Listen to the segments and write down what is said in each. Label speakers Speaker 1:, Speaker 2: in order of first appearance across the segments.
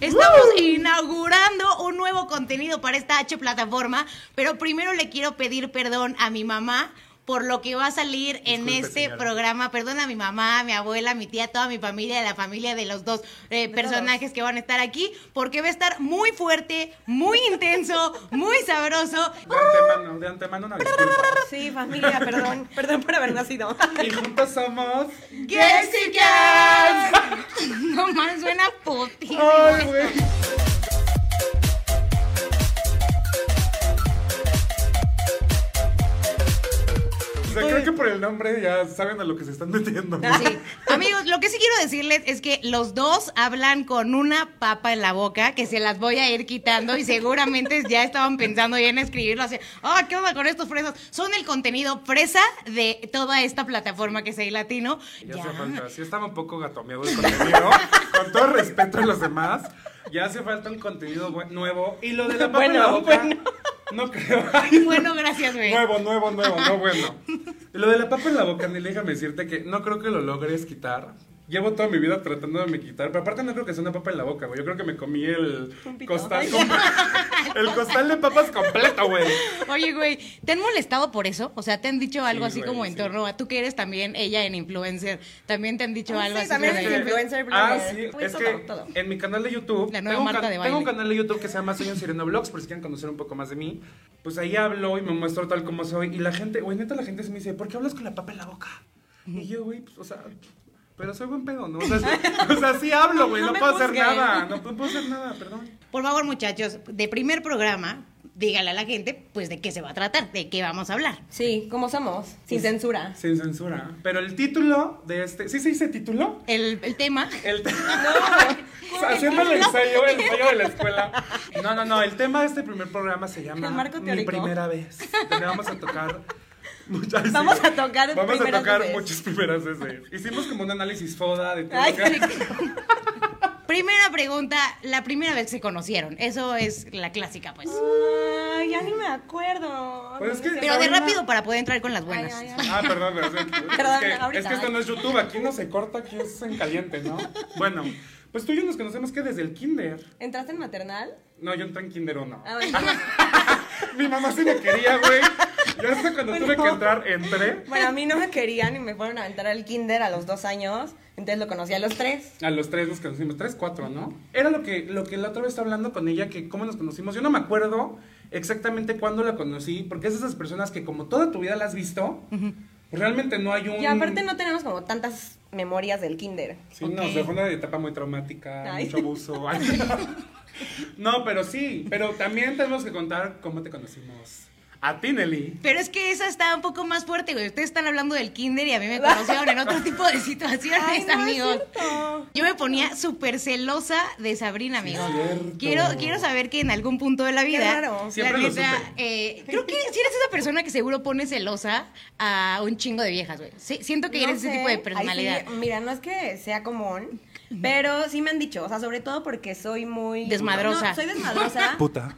Speaker 1: estamos inaugurando un nuevo contenido para esta H plataforma, pero primero le quiero pedir perdón a mi mamá por lo que va a salir en
Speaker 2: Disculpe,
Speaker 1: este
Speaker 2: señora.
Speaker 1: programa. Perdón a mi mamá, a mi abuela, a mi tía, a toda mi familia, a la familia de los dos eh, personajes que van a estar aquí, porque va a estar muy fuerte, muy intenso, muy sabroso.
Speaker 2: De antemano, de antemano una disculpa.
Speaker 3: Sí, familia, perdón. Perdón por haber nacido.
Speaker 2: Y juntos somos...
Speaker 1: No más suena putísimo.
Speaker 2: ¡Ay, güey! O sea, creo que por el nombre ya saben a lo que se están metiendo. güey.
Speaker 1: Sí. Amigos, lo que sí quiero decirles es que los dos hablan con una papa en la boca que se las voy a ir quitando y seguramente ya estaban pensando ya en escribirlo así. Ah, ¿qué onda con estos fresas? Son el contenido fresa de toda esta plataforma que es ahí latino.
Speaker 2: Ya,
Speaker 1: Ya.
Speaker 2: hace falta. Sí estaba un poco gatomeado el contenido. con todo respeto a los demás. Ya hace falta un contenido bue- nuevo. Y lo de la papa en la
Speaker 3: Bueno,
Speaker 2: boca,
Speaker 3: bueno.
Speaker 2: No creo.
Speaker 1: Bueno, gracias, güey.
Speaker 2: Nuevo, nuevo, nuevo, no bueno. Y Lo de la papa en la boca, Nelly, déjame decirte que no creo que lo logres quitar. Llevo toda mi vida tratando de me quitar, pero aparte no creo que sea una papa en la boca, güey. Yo creo que me comí el
Speaker 3: Un pito.
Speaker 2: costal, com- el costal de papas completo, güey.
Speaker 1: Oye, güey, ¿te han molestado por eso? O sea, ¿te han dicho algo
Speaker 2: Sí,
Speaker 1: así
Speaker 2: güey,
Speaker 1: como en
Speaker 2: sí.
Speaker 1: torno a tú que eres también ella en influencer? ¿También te han dicho
Speaker 3: Ah,
Speaker 1: algo
Speaker 3: sí,
Speaker 1: así?
Speaker 3: también
Speaker 1: sobre-
Speaker 3: es influencer,
Speaker 2: Ah,
Speaker 3: blogger.
Speaker 2: sí,
Speaker 3: Pues
Speaker 2: es
Speaker 3: todo,
Speaker 2: que
Speaker 3: todo.
Speaker 2: en mi canal de YouTube
Speaker 1: La nueva
Speaker 2: tengo, un
Speaker 1: Marta
Speaker 2: ca-
Speaker 1: de
Speaker 2: tengo un
Speaker 1: baile.
Speaker 2: canal de YouTube que se llama Soy un Sireno Vlogs, por si quieren conocer un poco más de mí. Pues ahí hablo y me muestro tal como soy. Y la gente, güey, neta, la gente se me dice, ¿por qué hablas con la papa en la boca? Y yo, güey, pues, o sea, pero soy buen pedo, ¿no? O sea, sí, o sea, sí hablo, güey,
Speaker 3: No
Speaker 2: no,
Speaker 3: me
Speaker 2: puedo hacer
Speaker 3: juzguen.
Speaker 2: nada, no, puedo hacer nada, perdón.
Speaker 1: Por favor, muchachos, de primer programa, dígale a la gente, pues, de qué se va a tratar, de qué vamos a hablar.
Speaker 3: Sí, como somos. Sin censura.
Speaker 2: Pues, Sin censura. Pero el título de este, ¿sí se dice título?
Speaker 1: El, el tema.
Speaker 2: El te- Haciendo el ensayo, el ensayo de la escuela. No, no, no. El tema de este primer programa se llama
Speaker 3: El marco
Speaker 2: Mi
Speaker 3: teórico.
Speaker 2: primera vez. Donde vamos a tocar. muchas- ay,
Speaker 3: Vamos
Speaker 2: güey.
Speaker 3: a tocar
Speaker 2: Vamos a
Speaker 3: primeras
Speaker 2: tocar
Speaker 3: veces.
Speaker 2: muchas primeras veces. Hicimos como un análisis foda de todo.
Speaker 3: Ay,
Speaker 2: lo que-
Speaker 1: Primera pregunta, la primera vez que se conocieron. Eso es la clásica, pues.
Speaker 3: Ay, ya ni me acuerdo.
Speaker 2: Pues es que-
Speaker 1: Pero de
Speaker 2: Sabrina-
Speaker 1: rápido para poder entrar con las buenas.
Speaker 3: Ay, ay, ay.
Speaker 2: Ah, perdón, pero es que-
Speaker 3: Perdón,
Speaker 2: es, que,
Speaker 3: ahorita,
Speaker 2: es que esto
Speaker 3: ay.
Speaker 2: no es YouTube, aquí no se corta, aquí es en caliente, ¿no? Bueno, pues tú y yo nos conocemos que desde el kinder.
Speaker 3: ¿Entraste en maternal?
Speaker 2: No, yo entré en kinder o no.
Speaker 3: Ah, bueno.
Speaker 2: Mi mamá sí me quería, güey. Yo hasta cuando
Speaker 3: Bueno.
Speaker 2: tuve que entrar, entré
Speaker 3: Bueno, a mí no me querían y me fueron a aventar al kinder a los dos años. Entonces lo conocí a los tres.
Speaker 2: A los tres nos conocimos, tres, cuatro, ¿no? Era lo que, lo que la otra vez estaba hablando con ella, que cómo nos conocimos. Yo no me acuerdo exactamente cuándo la conocí, porque es de esas personas que como toda tu vida la has visto, pues realmente no hay un...
Speaker 3: Y aparte no tenemos como tantas memorias del kinder.
Speaker 2: Sí, nos
Speaker 1: Ok.
Speaker 2: dejó una etapa muy traumática,
Speaker 3: Ay.
Speaker 2: mucho abuso. Ay. No, pero sí, pero también tenemos que contar cómo te conocimos. A ti, Nelly.
Speaker 1: Pero es que esa está un poco más fuerte, güey. Ustedes están hablando del kinder y a mí me conocieron en otro tipo de situaciones,
Speaker 3: Ay, no, es
Speaker 1: amigos.
Speaker 3: cierto.
Speaker 1: Yo me ponía súper celosa de Sabrina, amigos.
Speaker 2: cierto.
Speaker 1: quiero, quiero saber que en algún punto de la vida.
Speaker 3: raro.
Speaker 2: Siempre
Speaker 1: la
Speaker 2: lo
Speaker 1: neta,
Speaker 2: supe.
Speaker 1: eh, creo que si eres esa persona que seguro pone celosa a un chingo de viejas, güey. Sí, siento que
Speaker 3: No
Speaker 1: eres ese
Speaker 3: sé.
Speaker 1: tipo de
Speaker 3: Ay,
Speaker 1: personalidad.
Speaker 3: sí, mira, no es que sea común, pero sí me han dicho, o sea, sobre todo porque soy muy...
Speaker 1: Desmadrosa.
Speaker 3: No, soy desmadrosa.
Speaker 2: Puta.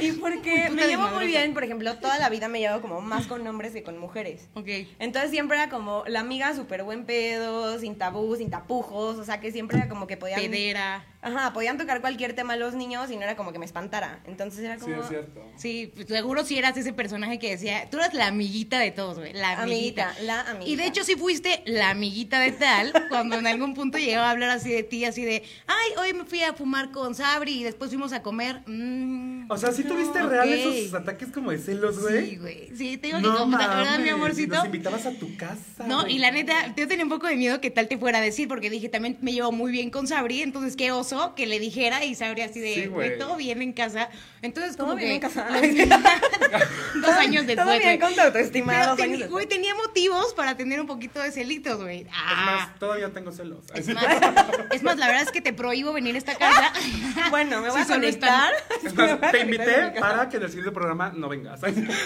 Speaker 3: y porque
Speaker 1: Puta
Speaker 3: me llevo
Speaker 1: desmadrosa.
Speaker 3: muy bien, por ejemplo, toda la vida me llevo como más con hombres que con mujeres.
Speaker 1: Ok.
Speaker 3: Entonces siempre era como la amiga súper buen pedo, sin tabú, sin tapujos, o sea que siempre era como que podían...
Speaker 1: Pedera.
Speaker 3: Ajá, podían tocar cualquier tema los niños y no era como que me espantara. Entonces era
Speaker 2: Sí,
Speaker 3: como...
Speaker 2: es cierto.
Speaker 1: Sí, pues, seguro si eras ese personaje que decía, tú eras la amiguita de todos, güey, la amiguita.
Speaker 3: Amiguita, la amiguita.
Speaker 1: Y de hecho sí fuiste la amiguita de tal, cuando en algún punto llegaba a hablar así de ti, así de, ay, hoy me fui a fumar con Sabri y después fuimos a comer. mm".
Speaker 2: O sea, sí tuviste
Speaker 1: No,
Speaker 2: real
Speaker 1: ok.
Speaker 2: esos ataques como de celos, güey.
Speaker 1: Sí, güey. Sí, te digo que confesar, ¿verdad, mi
Speaker 2: mames,
Speaker 1: amorcito?
Speaker 2: Nos invitabas a tu casa.
Speaker 1: No,
Speaker 2: güey.
Speaker 1: y la neta, yo tenía un poco de miedo que tal te fuera a decir, porque dije, también me llevo muy bien con Sabri, entonces qué oso que le dijera y Sabri así de,
Speaker 2: Sí,
Speaker 1: güey,
Speaker 2: güey.
Speaker 1: todo bien en casa. Entonces,
Speaker 3: Todo
Speaker 1: como
Speaker 3: bien
Speaker 1: que-
Speaker 3: en casa.
Speaker 1: Dos años después,
Speaker 3: Todo
Speaker 1: güey.
Speaker 3: bien con tu autoestima,
Speaker 1: Pero
Speaker 3: dos
Speaker 1: ten-
Speaker 3: años después.
Speaker 1: güey, tenía motivos para tener un poquito de celitos, güey.
Speaker 2: Es
Speaker 1: Ah.
Speaker 2: más, todavía tengo celos.
Speaker 1: Es más, es más, la verdad es que te prohíbo venir a esta casa.
Speaker 3: Bueno, me voy
Speaker 1: Sí,
Speaker 3: a
Speaker 1: solo
Speaker 3: conectar.
Speaker 1: están-
Speaker 2: Es más,
Speaker 3: Me voy a
Speaker 2: te te invité
Speaker 3: para
Speaker 2: para que en el siguiente programa no vengas.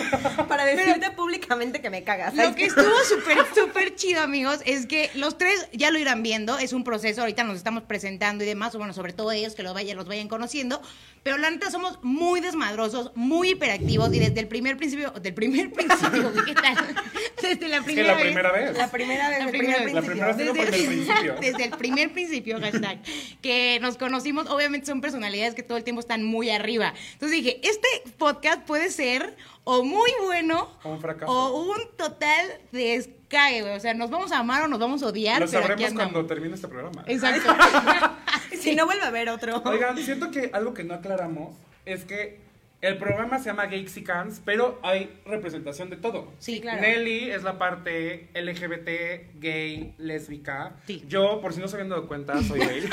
Speaker 3: Para decirte públicamente que me cagas.
Speaker 1: Lo que estuvo súper, súper chido, amigos, es que los tres ya lo irán viendo. Es un proceso, ahorita nos estamos presentando y demás, o bueno, sobre todo ellos que lo vayan, los vayan conociendo. Pero la neta somos muy desmadrosos, muy hiperactivos y desde el primer principio, del primer principio, ¿qué tal? Desde la
Speaker 2: que
Speaker 1: primera
Speaker 2: la primera vez.
Speaker 3: La primera vez,
Speaker 1: La
Speaker 3: el
Speaker 1: primera vez.
Speaker 3: primer
Speaker 2: La
Speaker 3: principio.
Speaker 2: primera vez. Pero desde el principio.
Speaker 1: desde el primer principio, hashtag, que nos conocimos, obviamente son personalidades que todo el tiempo están muy arriba. Entonces dije, este podcast puede ser o muy bueno
Speaker 2: O un fracaso.
Speaker 1: o un total descague, güey. O sea, nos vamos a amar o nos vamos a odiar,
Speaker 2: Lo
Speaker 1: pero aquí
Speaker 2: sabremos
Speaker 1: andamos.
Speaker 2: cuando termine este programa.
Speaker 1: Exacto.
Speaker 3: Si no vuelve a haber otro.
Speaker 2: Oigan, siento que algo que no aclaramos es que el programa se llama Geeks y Cans, pero hay representación de todo.
Speaker 1: Sí, claro.
Speaker 2: Nelly es la parte LGBT, gay, lésbica.
Speaker 1: Sí.
Speaker 2: Yo, por si no se habían dado cuenta, soy gay.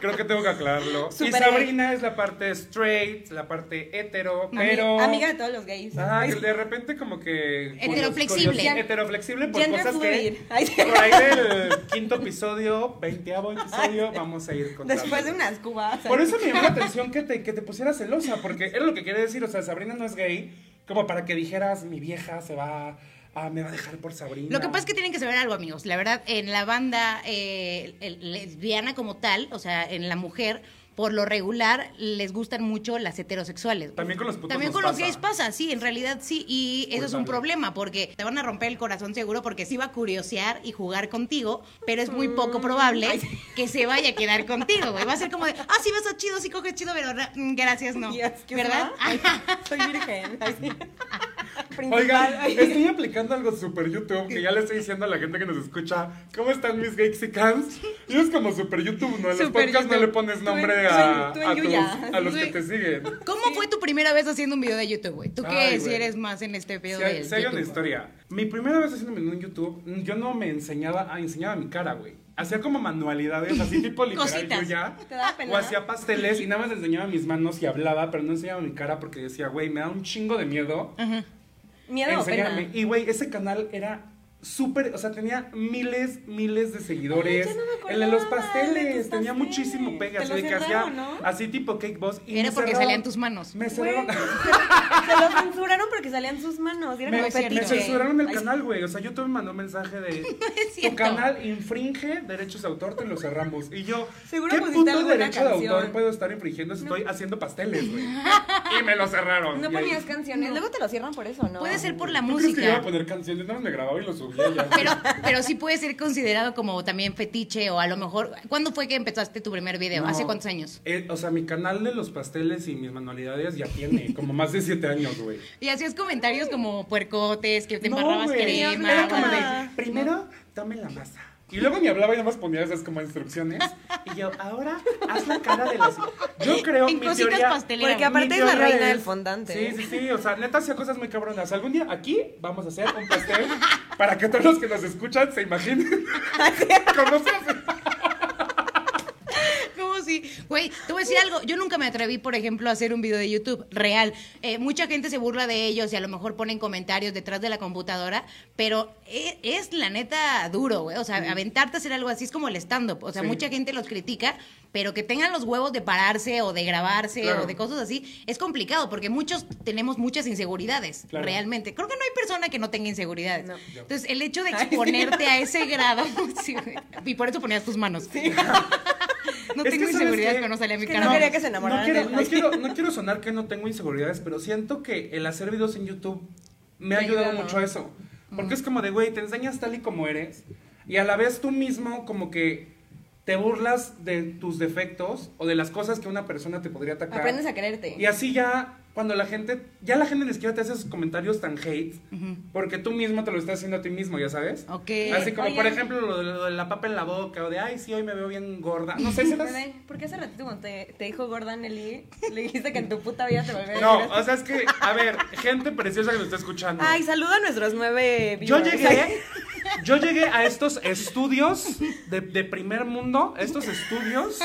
Speaker 2: Creo que tengo que aclararlo. y
Speaker 3: Súper
Speaker 2: Sabrina es la parte straight, la parte hetero,
Speaker 3: Ami-
Speaker 2: pero...
Speaker 3: Amiga de todos los gays.
Speaker 2: Ah, de repente como que...
Speaker 1: Heteroflexible.
Speaker 2: curios- Heteroflexible por
Speaker 3: Gender
Speaker 2: cosas
Speaker 3: fluid.
Speaker 2: que...
Speaker 3: Ay, sí.
Speaker 2: Por ahí del quinto episodio, veinteavo episodio, vamos a ir contando.
Speaker 3: Después de unas cubas.
Speaker 2: Por eso me llamó la atención que te, que te pusieras celosa, porque era lo que quería decir, o sea, Sabrina no es gay, como para que dijeras, mi vieja se va a, me va a dejar por Sabrina.
Speaker 1: Lo que pasa es que tienen que saber algo, amigos. La verdad, en la banda eh, el- lesbiana como tal, o sea, en la mujer, por lo regular, les gustan mucho las heterosexuales. güey.
Speaker 2: También con los putos
Speaker 1: También
Speaker 2: nos
Speaker 1: con los
Speaker 2: pasa.
Speaker 1: gays pasa, sí, en realidad sí. Y eso es un
Speaker 2: Culpable.
Speaker 1: problema, porque te van a romper el corazón seguro, porque sí va a curiosear y jugar contigo, pero es muy
Speaker 2: Mm.
Speaker 1: poco probable que se vaya a quedar contigo, güey. Va a ser como de, ah, sí, besas chido, sí coges chido, pero ra- mm, gracias, no.
Speaker 3: Y excuse
Speaker 1: ¿Verdad? Ah,
Speaker 3: me. Ay, Soy virgen. Ay, sí. Principal.
Speaker 2: Oigan,
Speaker 3: Ay.
Speaker 2: estoy aplicando algo super YouTube que ya le estoy diciendo a la gente que nos escucha, ¿cómo están mis gays y cans? Y es como super YouTube, ¿no? En los
Speaker 1: Super
Speaker 2: podcasts no
Speaker 1: YouTube.
Speaker 2: le pones
Speaker 3: Tú
Speaker 2: nombre
Speaker 3: en- tú en-
Speaker 2: a,
Speaker 3: tú en
Speaker 2: a tus-
Speaker 3: Yuya.
Speaker 2: a los que
Speaker 1: Sí.
Speaker 2: te siguen.
Speaker 1: ¿Cómo fue tu primera vez haciendo un video de YouTube, güey? Tú
Speaker 2: Ay,
Speaker 1: que si
Speaker 2: güey.
Speaker 1: eres más en este pedo
Speaker 2: Si
Speaker 1: de
Speaker 2: hay, si hay una historia. Mi primera vez haciendo menú en YouTube, yo no me enseñaba, a enseñaba mi cara, güey. Hacía como manualidades, así tipo literal
Speaker 1: Cositas.
Speaker 2: yo ya.
Speaker 3: ¿Te daba pena?
Speaker 2: O hacía pasteles y nada más enseñaba mis manos y hablaba, pero no enseñaba mi cara porque decía, güey, me da un chingo de miedo.
Speaker 3: Miedo o
Speaker 2: enséñame.
Speaker 3: pena.
Speaker 2: Y güey, ese canal era súper, o sea, tenía miles, miles de seguidores.
Speaker 3: Ay, ya no me
Speaker 2: el de los
Speaker 3: acordaba,
Speaker 2: pasteles,
Speaker 3: el de tus
Speaker 2: tenía
Speaker 3: pasteles.
Speaker 2: muchísimo pega,
Speaker 3: Te
Speaker 2: así
Speaker 3: lo
Speaker 2: de que hacía,
Speaker 3: cerraron, ¿no?
Speaker 2: así tipo cake boss. y
Speaker 1: Era
Speaker 2: me
Speaker 1: porque
Speaker 2: cerraron-
Speaker 1: salían tus manos.
Speaker 2: Me
Speaker 3: Güey,
Speaker 2: cerraron.
Speaker 3: se, se lo censuraron porque salían sus manos. Era
Speaker 2: Me,
Speaker 3: como
Speaker 1: es cierto.
Speaker 2: me
Speaker 3: fetiche.
Speaker 2: censuraron el
Speaker 3: Ay,
Speaker 2: canal, güey. O sea, YouTube me mandó un mensaje de.
Speaker 1: es
Speaker 2: Tu
Speaker 1: cierto.
Speaker 2: canal infringe derechos de autor, te lo cerramos. Y yo,
Speaker 3: Seguro
Speaker 2: ¿qué
Speaker 3: pusiste
Speaker 2: puto
Speaker 3: alguna
Speaker 2: derecho de
Speaker 3: canción.
Speaker 2: autor puedo estar infringiendo si estoy haciendo pasteles, güey? Y me lo cerraron.
Speaker 3: No
Speaker 2: Y ahí-
Speaker 3: ponías canciones. Luego te lo cierran por eso, ¿no?
Speaker 1: Puede ser por la
Speaker 2: ¿Tú crees que yo iba
Speaker 1: música.
Speaker 2: a poner canciones? Nada más me grababa y lo subía y ya.
Speaker 1: Pero, pero sí puede ser considerado como también fetiche o a lo mejor. ¿Cuándo fue que empezaste tu primer video?
Speaker 2: No.
Speaker 1: ¿Hace cuántos años?
Speaker 2: Eh, o sea, mi canal de los pasteles y mis manualidades ya tiene como más de siete años, güey.
Speaker 1: Y hacías comentarios como puercotes, que te
Speaker 2: No,
Speaker 1: embarrabas
Speaker 2: güey.
Speaker 1: crema.
Speaker 2: Era como
Speaker 1: güey.
Speaker 2: de, primero, tome la masa. Y luego me hablaba y nada más ponía esas como instrucciones. Y yo, ahora, haz la cara de las... Yo creo,
Speaker 1: En
Speaker 2: mi
Speaker 1: cositas
Speaker 2: teoría...
Speaker 1: pasteleras.
Speaker 3: Porque aparte
Speaker 2: mi
Speaker 3: es la
Speaker 2: teoría
Speaker 3: reina del fondante.
Speaker 2: Sí, sí, sí. O sea, neta hacía cosas muy cabronas. Algún día aquí vamos a hacer un pastel para que todos los que nos escuchan se imaginen cómo se hace.
Speaker 1: ¿Cómo sí? Güey, te voy a decir algo. Yo nunca me atreví, por ejemplo, a hacer un video de YouTube real. Eh, mucha gente se burla de ellos y a lo mejor ponen comentarios detrás de la computadora, pero e- es, la neta duro, güey. O sea, aventarte a hacer algo así es como el stand-up. O sea,
Speaker 2: Sí.
Speaker 1: mucha gente los critica, pero que tengan los huevos de pararse o de grabarse
Speaker 2: Claro.
Speaker 1: o de cosas así, es complicado porque muchos tenemos muchas inseguridades,
Speaker 2: Claro.
Speaker 1: realmente. Creo que no hay persona que no tenga inseguridades.
Speaker 3: No.
Speaker 1: Entonces, el hecho de exponerte a ese grado, sí, güey. y por eso ponías tus manos. No
Speaker 2: Es que
Speaker 1: tengo
Speaker 2: ¿sabes
Speaker 1: inseguridades
Speaker 2: qué?
Speaker 1: que no salía
Speaker 3: Es
Speaker 1: mi
Speaker 3: que
Speaker 1: cara.
Speaker 3: no quería que se enamoraran
Speaker 2: No quiero,
Speaker 3: de él.
Speaker 2: no, quiero, no quiero sonar que no tengo inseguridades, pero siento que el hacer videos en YouTube me ha
Speaker 3: Te Mm.
Speaker 2: ayudado
Speaker 3: ayuda, ¿no?
Speaker 2: mucho a eso. Porque es como de, güey, te enseñas tal y como eres y a la vez tú mismo como que te burlas de tus defectos o de las cosas que una persona te podría atacar.
Speaker 3: Aprendes a quererte.
Speaker 2: Y así ya, cuando la gente, ya la gente ni siquiera te hace esos comentarios tan hate, porque tú mismo te lo estás haciendo a ti mismo, ya sabes.
Speaker 1: Ok.
Speaker 2: Así como,
Speaker 3: Oye.
Speaker 2: por ejemplo, lo, de- lo de la papa en la boca, o de, ay, sí, hoy me veo bien gorda. No sé si
Speaker 3: Bebé, ¿Por qué hace ratito cuando te, te dijo Gordon Eli, le dijiste que en tu puta vida te volvería a
Speaker 2: No,
Speaker 3: decir
Speaker 2: o sea, es que, a ver, gente preciosa que nos está escuchando.
Speaker 3: Ay, saluda a nuestros nueve
Speaker 2: yo
Speaker 3: viewers.
Speaker 2: llegué, yo llegué a estos estudios de, de primer mundo, a estos estudios,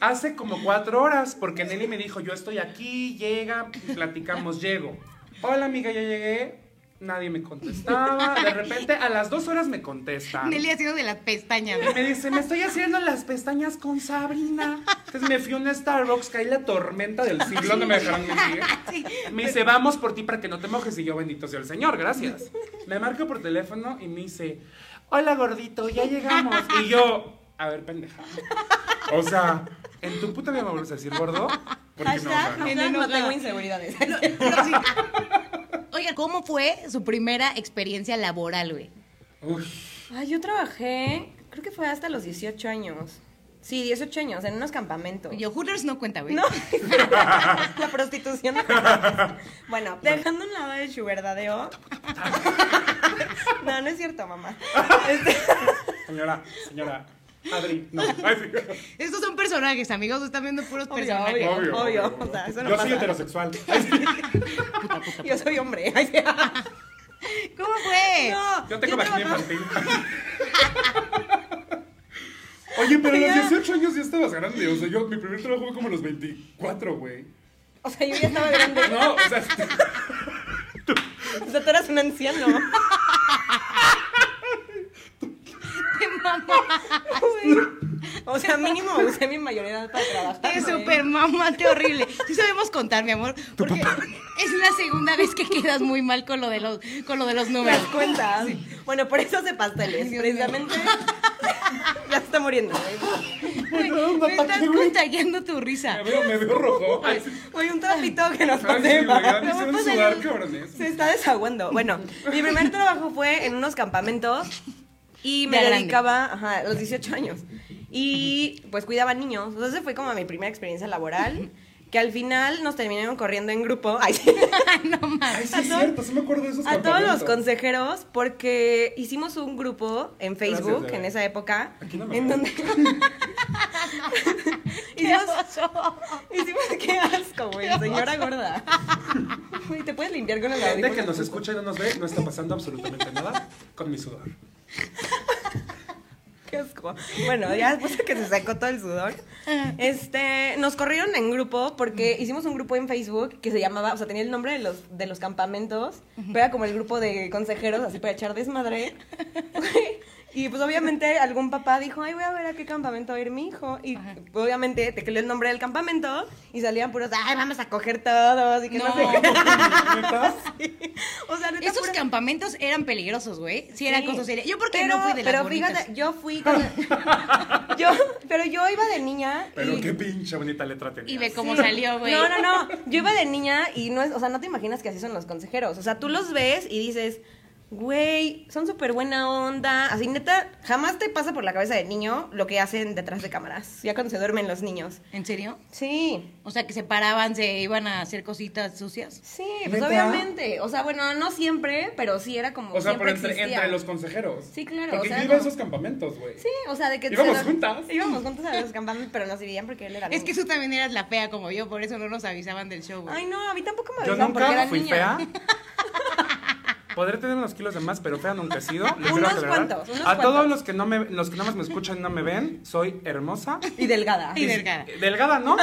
Speaker 2: hace como cuatro horas, porque Nelly me dijo, yo estoy aquí, llega, platicamos, llego. Hola amiga, ya llegué, Nadie me contestaba. De repente, a las dos horas me contestan.
Speaker 1: Nelly haciendo de las pestañas.
Speaker 2: Y me dice, me estoy haciendo las pestañas con Sabrina. Entonces me fui a un Starbucks, caí la tormenta del siglo, no me dejaron mentir.
Speaker 1: Sí.
Speaker 2: Me dice, vamos por ti para que no te mojes. Y yo, bendito sea el Señor, gracias. Me marca por teléfono y me dice, hola gordito, ya llegamos. Y yo, a ver, pendeja. O sea, ¿en tu puta vida me vuelves a decir gordo? Porque no, o sea,
Speaker 3: Hashtag,
Speaker 2: no.
Speaker 3: hashtag
Speaker 1: En
Speaker 3: no
Speaker 1: enojada.
Speaker 3: tengo inseguridades.
Speaker 1: Pero sí. Oiga, ¿cómo fue su primera experiencia laboral, güey?
Speaker 2: Uy,
Speaker 3: Ay, yo trabajé, creo que fue hasta los 18 años. Sí, 18 años, en unos campamentos.
Speaker 1: Yo, Hooters no cuenta, güey.
Speaker 3: No, la prostitución. no cuenta. bueno, dejando un lado de su verdadeo. No, no es cierto, mamá. Este,
Speaker 2: señora, señora. Adri, no. Ay, sí.
Speaker 1: Estos son personajes, amigos. Están viendo puros
Speaker 3: obvio,
Speaker 1: personajes.
Speaker 3: obvio,
Speaker 2: Obvio,
Speaker 3: obvio,
Speaker 2: obvio.
Speaker 3: O sea, eso no
Speaker 2: Yo soy
Speaker 3: pasa.
Speaker 2: heterosexual. Ay, sí.
Speaker 3: Yo soy hombre.
Speaker 1: ¿Cómo fue?
Speaker 3: No,
Speaker 2: Yo tengo vagina
Speaker 3: trabajaba-
Speaker 2: infantil. Oye, pero a los
Speaker 3: Ya.
Speaker 2: 18 años ya estabas grande. O sea, yo, mi primer trabajo fue como a los 24, güey.
Speaker 3: O sea, yo ya estaba grande.
Speaker 2: No, o sea,
Speaker 3: O sea, tú eras un anciano.
Speaker 1: Te mamaste,
Speaker 3: O sea, mínimo usé mi mayoría para trabajar. ¿no?
Speaker 1: super mamaste horrible. Sí sabemos contar, mi amor. Porque es la segunda vez que quedas muy mal con lo de los, con lo de los números.
Speaker 3: las cuentas. Bueno, por eso hace
Speaker 1: Dios
Speaker 3: pasteles.
Speaker 1: mío.
Speaker 3: precisamente. ya se está muriendo. ¿eh? Pues,
Speaker 1: Güey,
Speaker 3: güey.
Speaker 2: Una
Speaker 1: Me estás
Speaker 2: parte, güey.
Speaker 1: contagiando tu risa.
Speaker 2: me veo, me veo rojo. Ay, sí,
Speaker 3: Güey, un trapito que nos
Speaker 2: Ay, sí,
Speaker 3: pase.
Speaker 2: güey, ya
Speaker 3: va.
Speaker 2: me hicieron
Speaker 3: Pues,
Speaker 2: sudar,
Speaker 3: el-
Speaker 2: cabrones.
Speaker 3: Se está desaguando. Bueno, mi primer trabajo fue en unos campamentos y me
Speaker 1: Ya grande.
Speaker 3: dedicaba ajá, a los 18 años. Y pues cuidaba niños. Entonces fue como mi primera experiencia laboral. Que al final nos terminaron corriendo en grupo. Ay, sí.
Speaker 1: No mames.
Speaker 2: Ay, sí, es
Speaker 3: todo-
Speaker 2: cierto, sí me acuerdo de esos
Speaker 3: A todos los
Speaker 2: campamentos.
Speaker 3: consejeros, porque hicimos un grupo en Facebook
Speaker 2: Gracias, Eve.
Speaker 3: en esa época.
Speaker 2: Aquí no me
Speaker 3: en
Speaker 2: veo.
Speaker 3: donde. hicimos, hicimos. ¡Qué asco, güey! Señora gorda. Güey, ¿te puedes limpiar con el
Speaker 2: Gente que
Speaker 3: audífono?
Speaker 2: nos escucha y no nos ve, no está pasando absolutamente nada con mi sudor.
Speaker 3: ¡Qué asco! Bueno, ya después de que se sacó todo el sudor. Este, nos corrieron en grupo porque hicimos un grupo en Facebook que se llamaba, o sea, tenía el nombre de los, de los campamentos, pero era como el grupo de consejeros, así para echar desmadre. Y pues obviamente algún papá dijo, ay, voy a ver a qué campamento va a ir mi hijo. Y obviamente tecleó el nombre del campamento y salían puros, ay, vamos a coger todos y que no,
Speaker 1: No.
Speaker 3: sé qué.
Speaker 2: ¿Neta?
Speaker 3: O sea, neta,
Speaker 1: Esos
Speaker 3: pura-
Speaker 1: campamentos eran peligrosos, güey. Sí, eran
Speaker 3: Sí.
Speaker 1: cosas serias. Yo porque
Speaker 3: Pero-
Speaker 1: no fui de las
Speaker 3: Pero
Speaker 1: bonitas.
Speaker 3: fíjate, yo fui con... yo, pero yo iba de niña
Speaker 2: Pero
Speaker 3: y...
Speaker 2: qué pinche bonita letra tenías.
Speaker 1: Y ve cómo
Speaker 3: Sí.
Speaker 1: salió, güey.
Speaker 3: No, no, no. Yo iba de niña y no es, o sea, no te imaginas que así son los consejeros. O sea, tú los ves y dices, güey, son súper buena onda. Así, neta, jamás te pasa por la cabeza de niño lo que hacen detrás de cámaras. Ya cuando se duermen los niños.
Speaker 1: ¿En serio?
Speaker 3: Sí.
Speaker 1: O sea, que se paraban, se iban a hacer cositas sucias.
Speaker 3: Sí, pues
Speaker 2: ¿Neta?
Speaker 3: obviamente. O sea, bueno, no siempre, pero sí era como.
Speaker 2: O sea, pero
Speaker 3: siempre
Speaker 2: entre,
Speaker 3: existía.
Speaker 2: entre los consejeros.
Speaker 3: Sí, claro,
Speaker 2: Porque
Speaker 3: o sea,
Speaker 2: yo iba a
Speaker 3: no.
Speaker 2: esos campamentos, güey.
Speaker 3: Sí, o sea, de que.
Speaker 2: Íbamos
Speaker 3: se-
Speaker 2: juntas.
Speaker 3: Íbamos juntas a los campamentos, pero nos dividían porque él era.
Speaker 1: Es
Speaker 3: niño.
Speaker 1: que tú también eras la fea como yo, por eso no nos avisaban del show, güey.
Speaker 3: Ay, no, a mí tampoco me
Speaker 2: Yo
Speaker 3: avisaban porque
Speaker 2: nunca
Speaker 3: era
Speaker 2: fui
Speaker 3: niña.
Speaker 2: fea. Podré tener unos kilos de más, pero fea nunca he sido. les quiero
Speaker 3: Unos
Speaker 2: aclarar.
Speaker 3: cuantos, unos
Speaker 2: a todos
Speaker 3: cuantos.
Speaker 2: los que no me, los que nada más me escuchan y no me ven, soy hermosa.
Speaker 3: Y delgada.
Speaker 1: Y delgada.
Speaker 2: Eh, Delgada, ¿no?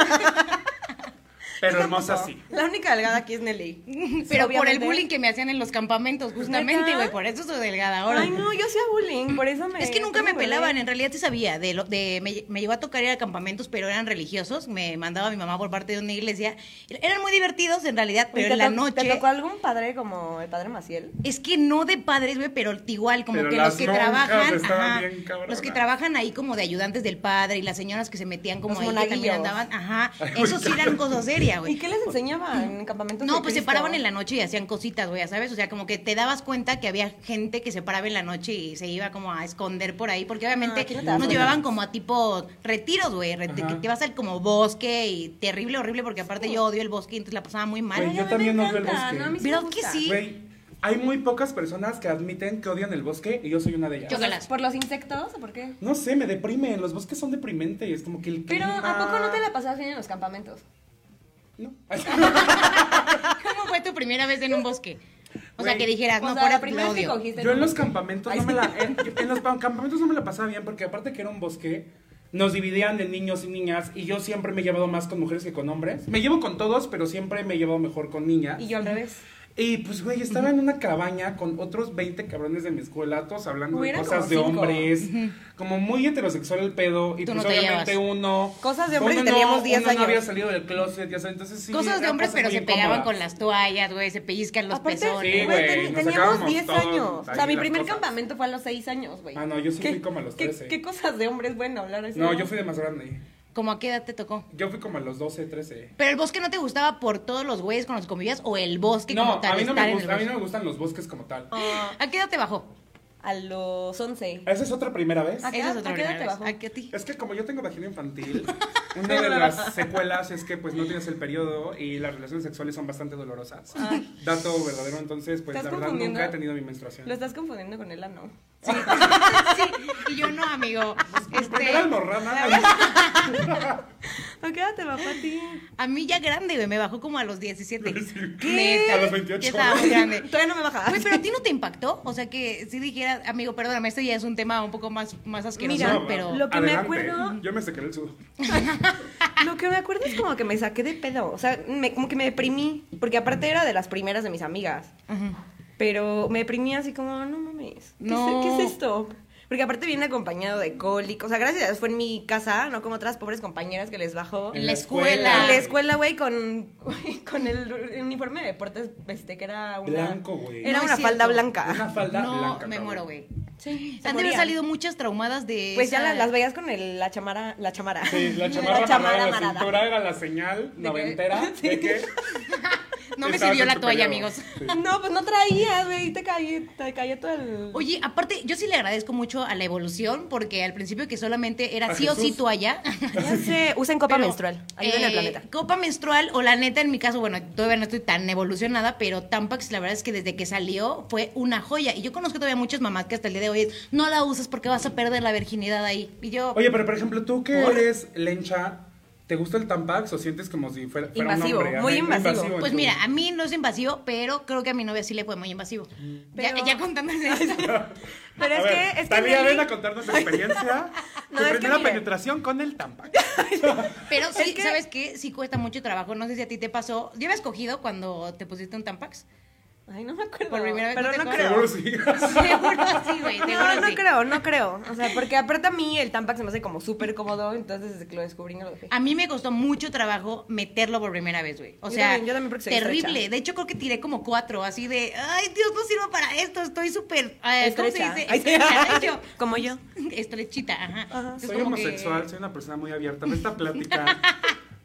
Speaker 2: Pero hermosa sí.
Speaker 3: La única delgada aquí es Nelly. Sí,
Speaker 1: Pero por el
Speaker 3: obviamente.
Speaker 1: bullying que me hacían en los campamentos, justamente,
Speaker 3: ¿Neta?
Speaker 1: güey. Por eso soy delgada ahora.
Speaker 3: Ay, no, yo hacía bullying, por eso me.
Speaker 1: Es que nunca me
Speaker 3: tengo bebé.
Speaker 1: pelaban, en realidad sí sabía, de lo, de, me, me llegó a tocar ir a campamentos, pero eran religiosos, me mandaba mi mamá por parte de una iglesia, eran muy divertidos en realidad,
Speaker 3: ¿Y
Speaker 1: pero
Speaker 3: te
Speaker 1: en la
Speaker 3: to-
Speaker 1: noche,
Speaker 3: ¿Te tocó algún padre como el padre Maciel?
Speaker 1: es que no de padres, güey, pero igual, como
Speaker 2: Pero
Speaker 1: que
Speaker 2: las
Speaker 1: los que
Speaker 2: monjas
Speaker 1: trabajan,
Speaker 2: estaban bien cabronas.
Speaker 1: los que trabajan ahí como de ayudantes del padre y las señoras que se metían como
Speaker 3: Los
Speaker 1: ahí que también
Speaker 3: monaguillos.
Speaker 1: andaban, ajá,
Speaker 2: Ay, güey,
Speaker 1: esos sí eran cosas serias,
Speaker 3: ¿Y
Speaker 1: güey.
Speaker 3: qué les enseñaban en campamentos?
Speaker 1: No,
Speaker 3: de
Speaker 1: pues se
Speaker 3: Cristo?
Speaker 1: paraban en la noche y hacían cositas, güey, ya ¿sabes? O sea, como que te dabas cuenta que había gente que se paraba en la noche y se iba como a esconder por ahí, porque
Speaker 3: Ah,
Speaker 1: obviamente
Speaker 3: aquí no te das
Speaker 1: nos
Speaker 3: cuenta.
Speaker 1: llevaban como a tipo retiros, güey, reti-
Speaker 2: Ajá.
Speaker 1: que te vas al como bosque y terrible, horrible, porque aparte yo odio el bosque, entonces la pasaba muy mal.
Speaker 3: Ay,
Speaker 2: Güey,
Speaker 3: a
Speaker 2: yo
Speaker 3: mí me
Speaker 2: también odio el
Speaker 3: encanta,
Speaker 2: bosque.
Speaker 3: no, a mí sí me
Speaker 1: ¿Verdad que
Speaker 3: gusta.
Speaker 1: sí?
Speaker 2: Güey, hay muy pocas personas que admiten que odian el bosque y yo soy una de ellas.
Speaker 1: Yo que la- Chócalas.
Speaker 3: ¿Por los insectos o por qué?
Speaker 2: No sé, me deprime. Los bosques son deprimentes. Como que el
Speaker 3: Pero, ¿a
Speaker 2: clima-
Speaker 3: poco no te la pasabas bien en los campamentos?
Speaker 2: No. Ay,
Speaker 1: ¿Cómo fue tu primera vez en un bosque? O sea,
Speaker 2: Güey,
Speaker 1: que dijeras,
Speaker 3: o
Speaker 1: no,
Speaker 3: sea,
Speaker 1: por
Speaker 3: la primera vez que
Speaker 1: odio.
Speaker 3: cogiste.
Speaker 2: Yo en
Speaker 3: ¿no?
Speaker 2: los campamentos
Speaker 3: Ay,
Speaker 2: no me
Speaker 3: sí.
Speaker 2: la, en, en los pa- campamentos no me la pasaba bien porque aparte que era un bosque, nos dividían en niños y niñas y yo siempre me he llevado más con mujeres que con hombres. Me llevo con todos, pero siempre me he llevado mejor con niñas.
Speaker 3: Y yo al revés.
Speaker 2: Y pues, güey, estaba en una cabaña con otros 20 cabrones de mi escuela, todos hablando de
Speaker 3: Hubieran
Speaker 2: cosas
Speaker 3: como
Speaker 2: de
Speaker 3: cinco.
Speaker 2: hombres, como muy heterosexual el pedo. Y
Speaker 1: Tú
Speaker 2: pues,
Speaker 1: no te
Speaker 2: obviamente,
Speaker 1: llevas.
Speaker 2: uno.
Speaker 3: Cosas de hombres y
Speaker 2: uno
Speaker 3: teníamos
Speaker 2: no,
Speaker 3: 10
Speaker 2: uno no
Speaker 3: años.
Speaker 2: había salido del closet, ya sabes. Entonces, sí.
Speaker 1: Cosas de
Speaker 2: eran
Speaker 1: hombres, pero
Speaker 2: muy
Speaker 1: se pegaban
Speaker 2: incómodas.
Speaker 1: con las toallas, güey, se pellizcan los
Speaker 3: Aparte,
Speaker 1: pezones.
Speaker 2: Sí,
Speaker 3: güey,
Speaker 2: güey,
Speaker 3: teni-
Speaker 2: nos
Speaker 3: teníamos
Speaker 2: sacábamos
Speaker 3: 10
Speaker 2: todos
Speaker 3: años. O sea,
Speaker 2: ahí
Speaker 3: mi
Speaker 2: las
Speaker 3: primer
Speaker 2: cosas.
Speaker 3: campamento fue a los 6 años, güey.
Speaker 2: Ah, no, yo sí
Speaker 3: ¿Qué-
Speaker 2: fui como a los
Speaker 3: qué-
Speaker 2: 13.
Speaker 3: ¿Qué cosas de hombres bueno hablar así?
Speaker 2: No, yo fui de más grande.
Speaker 1: ¿Cómo a qué edad te tocó?
Speaker 2: Yo fui como a los 12, 13.
Speaker 1: ¿Pero el bosque no te gustaba por todos los güeyes con los que convivías o el bosque
Speaker 2: No,
Speaker 1: como tal?
Speaker 2: a mí no,
Speaker 1: estar en
Speaker 2: me
Speaker 1: el
Speaker 2: gusta, a mí no
Speaker 1: bosque?
Speaker 2: me gustan los bosques como tal.
Speaker 3: Ah,
Speaker 1: ¿A qué edad te bajó?
Speaker 3: a los 11.
Speaker 2: ¿Esa es otra primera vez?
Speaker 3: ¿A qué
Speaker 1: Esa
Speaker 3: edad-
Speaker 1: es otra
Speaker 3: a qué edad
Speaker 1: primera
Speaker 3: te
Speaker 1: vez.
Speaker 3: bajó?
Speaker 1: ¿A qué a ti?
Speaker 2: Es que como yo tengo vagina infantil, una de las secuelas es que pues no tienes el periodo y las relaciones sexuales son bastante dolorosas.
Speaker 1: Ah.
Speaker 2: Dato verdadero, entonces pues
Speaker 3: ¿Estás
Speaker 2: la verdad
Speaker 3: confundiendo?
Speaker 2: nunca he tenido mi menstruación.
Speaker 3: Lo estás confundiendo con el ano.
Speaker 1: Sí, y yo no, amigo.
Speaker 2: Primera
Speaker 1: Este,
Speaker 2: almorrana.
Speaker 3: ¿A qué edad te bajó a ti?
Speaker 1: a mí ya grande, güey, me bajó como a los 17.
Speaker 2: Sí.
Speaker 1: Neta,
Speaker 2: A los 28.
Speaker 1: Ya estaba muy grande.
Speaker 3: Todavía no me bajaba.
Speaker 1: Güey, pero a ti no te impactó, o sea que si dijeras, amigo, perdóname, esto ya es un tema un poco más, más asqueroso,
Speaker 3: Mira,
Speaker 2: No,
Speaker 1: pero
Speaker 3: lo- que me
Speaker 2: adelante.
Speaker 3: acuerdo-
Speaker 2: Yo me sequé el sudor.
Speaker 3: Lo que me acuerdo es como que me saqué de pedo. O sea, me- como que me deprimí. Porque aparte era de las primeras de mis amigas.
Speaker 1: Ajá.
Speaker 3: Pero me deprimí así como, "Ah, no mames. ¿Qué,
Speaker 1: No.
Speaker 3: Es, qué es esto? Porque aparte viene acompañado de cólicos. O sea, gracias a Dios fue en mi casa, no como otras pobres compañeras que les bajó.
Speaker 1: En la escuela.
Speaker 3: En la escuela, güey, con, güey, con el uniforme de deportes, este, que era una...
Speaker 2: Blanco, güey.
Speaker 3: Era
Speaker 1: No es
Speaker 3: una
Speaker 1: cierto.
Speaker 3: falda blanca.
Speaker 2: Una falda
Speaker 1: Ah. no,
Speaker 2: blanca.
Speaker 1: me
Speaker 2: cabrón.
Speaker 1: muero, güey.
Speaker 3: Sí,
Speaker 1: Han de haber salido muchas traumadas de
Speaker 3: Pues ya
Speaker 1: esa-
Speaker 3: la- las veías con el- la chamara, la chamara.
Speaker 2: Sí, la chamarra la
Speaker 3: chamara
Speaker 2: la
Speaker 3: amarada.
Speaker 2: cintura era la señal noventera
Speaker 3: Sí.
Speaker 2: de que
Speaker 1: No me
Speaker 2: estabas
Speaker 1: sirvió
Speaker 2: en
Speaker 1: la
Speaker 2: tu
Speaker 1: toalla,
Speaker 2: periodo.
Speaker 1: amigos.
Speaker 3: No, pues no traía, güey, te caí, te cayó todo el...
Speaker 1: Oye, aparte, yo sí le agradezco mucho a la evolución, porque al principio que solamente era
Speaker 2: A
Speaker 1: sí o sí
Speaker 2: Jesús.
Speaker 1: toalla.
Speaker 3: Ya sé, usen copa
Speaker 1: pero,
Speaker 3: menstrual, ayuden
Speaker 1: eh,
Speaker 3: al planeta.
Speaker 1: Copa menstrual, o la neta, en mi caso, bueno, todavía no estoy tan evolucionada, pero Tampax, la verdad es que desde que salió fue una joya. Y yo conozco todavía muchas mamás que hasta el día de hoy es, no la uses porque vas a perder la virginidad ahí. Y yo,
Speaker 2: Oye, pero por ejemplo, tú que
Speaker 1: ¿Por?
Speaker 2: eres lencha, ¿te gusta el tampax o sientes como si fuera, fuera
Speaker 3: Invasivo,
Speaker 2: un hombre?
Speaker 3: muy
Speaker 2: Ajá,
Speaker 3: invasivo.
Speaker 2: en
Speaker 1: pues
Speaker 2: tu-
Speaker 1: mira, a mí no es invasivo, pero creo que a mi novia sí le fue muy invasivo. Ya,
Speaker 3: Pero-
Speaker 1: ya contándole esto.
Speaker 3: Pero
Speaker 2: A
Speaker 3: es
Speaker 2: ver,
Speaker 3: que, es que
Speaker 2: Talía,
Speaker 3: Nelly-
Speaker 2: ven a contarnos tu experiencia.
Speaker 3: No,
Speaker 2: tu
Speaker 3: es que
Speaker 2: primera
Speaker 3: mire.
Speaker 2: penetración con el tampax.
Speaker 1: Pero sí,
Speaker 3: Es que-
Speaker 1: ¿sabes qué? Sí cuesta mucho trabajo. No sé si a ti te pasó. ¿Ya habías cogido cuando te pusiste un Tampax?
Speaker 3: Ay, no me acuerdo.
Speaker 1: Por primera vez
Speaker 3: pero
Speaker 1: no te
Speaker 3: no,
Speaker 1: acuerdas.
Speaker 3: creo.
Speaker 2: Seguro sí.
Speaker 1: Seguro sí, güey.
Speaker 3: No, no creo, no creo. O sea, porque aparte a mí el Tampax se me hace como súper cómodo, entonces desde que lo descubrí no lo dejé.
Speaker 1: A mí me costó mucho trabajo meterlo por primera vez, güey. O
Speaker 3: Yo
Speaker 1: sea,
Speaker 3: también, yo también porque soy
Speaker 1: terrible.
Speaker 3: estrecha.
Speaker 1: De hecho, creo que tiré como cuatro, así de, ay, Dios, no sirvo para esto, estoy súper, eh, ¿cómo se
Speaker 3: Estrecha.
Speaker 1: dice?
Speaker 3: Ay, sí.
Speaker 1: Estrecha, de hecho,
Speaker 3: Como yo.
Speaker 1: Estrechita, ajá. Entonces,
Speaker 2: Soy
Speaker 1: como que-
Speaker 2: homosexual, soy una persona muy abierta. pero Esta plática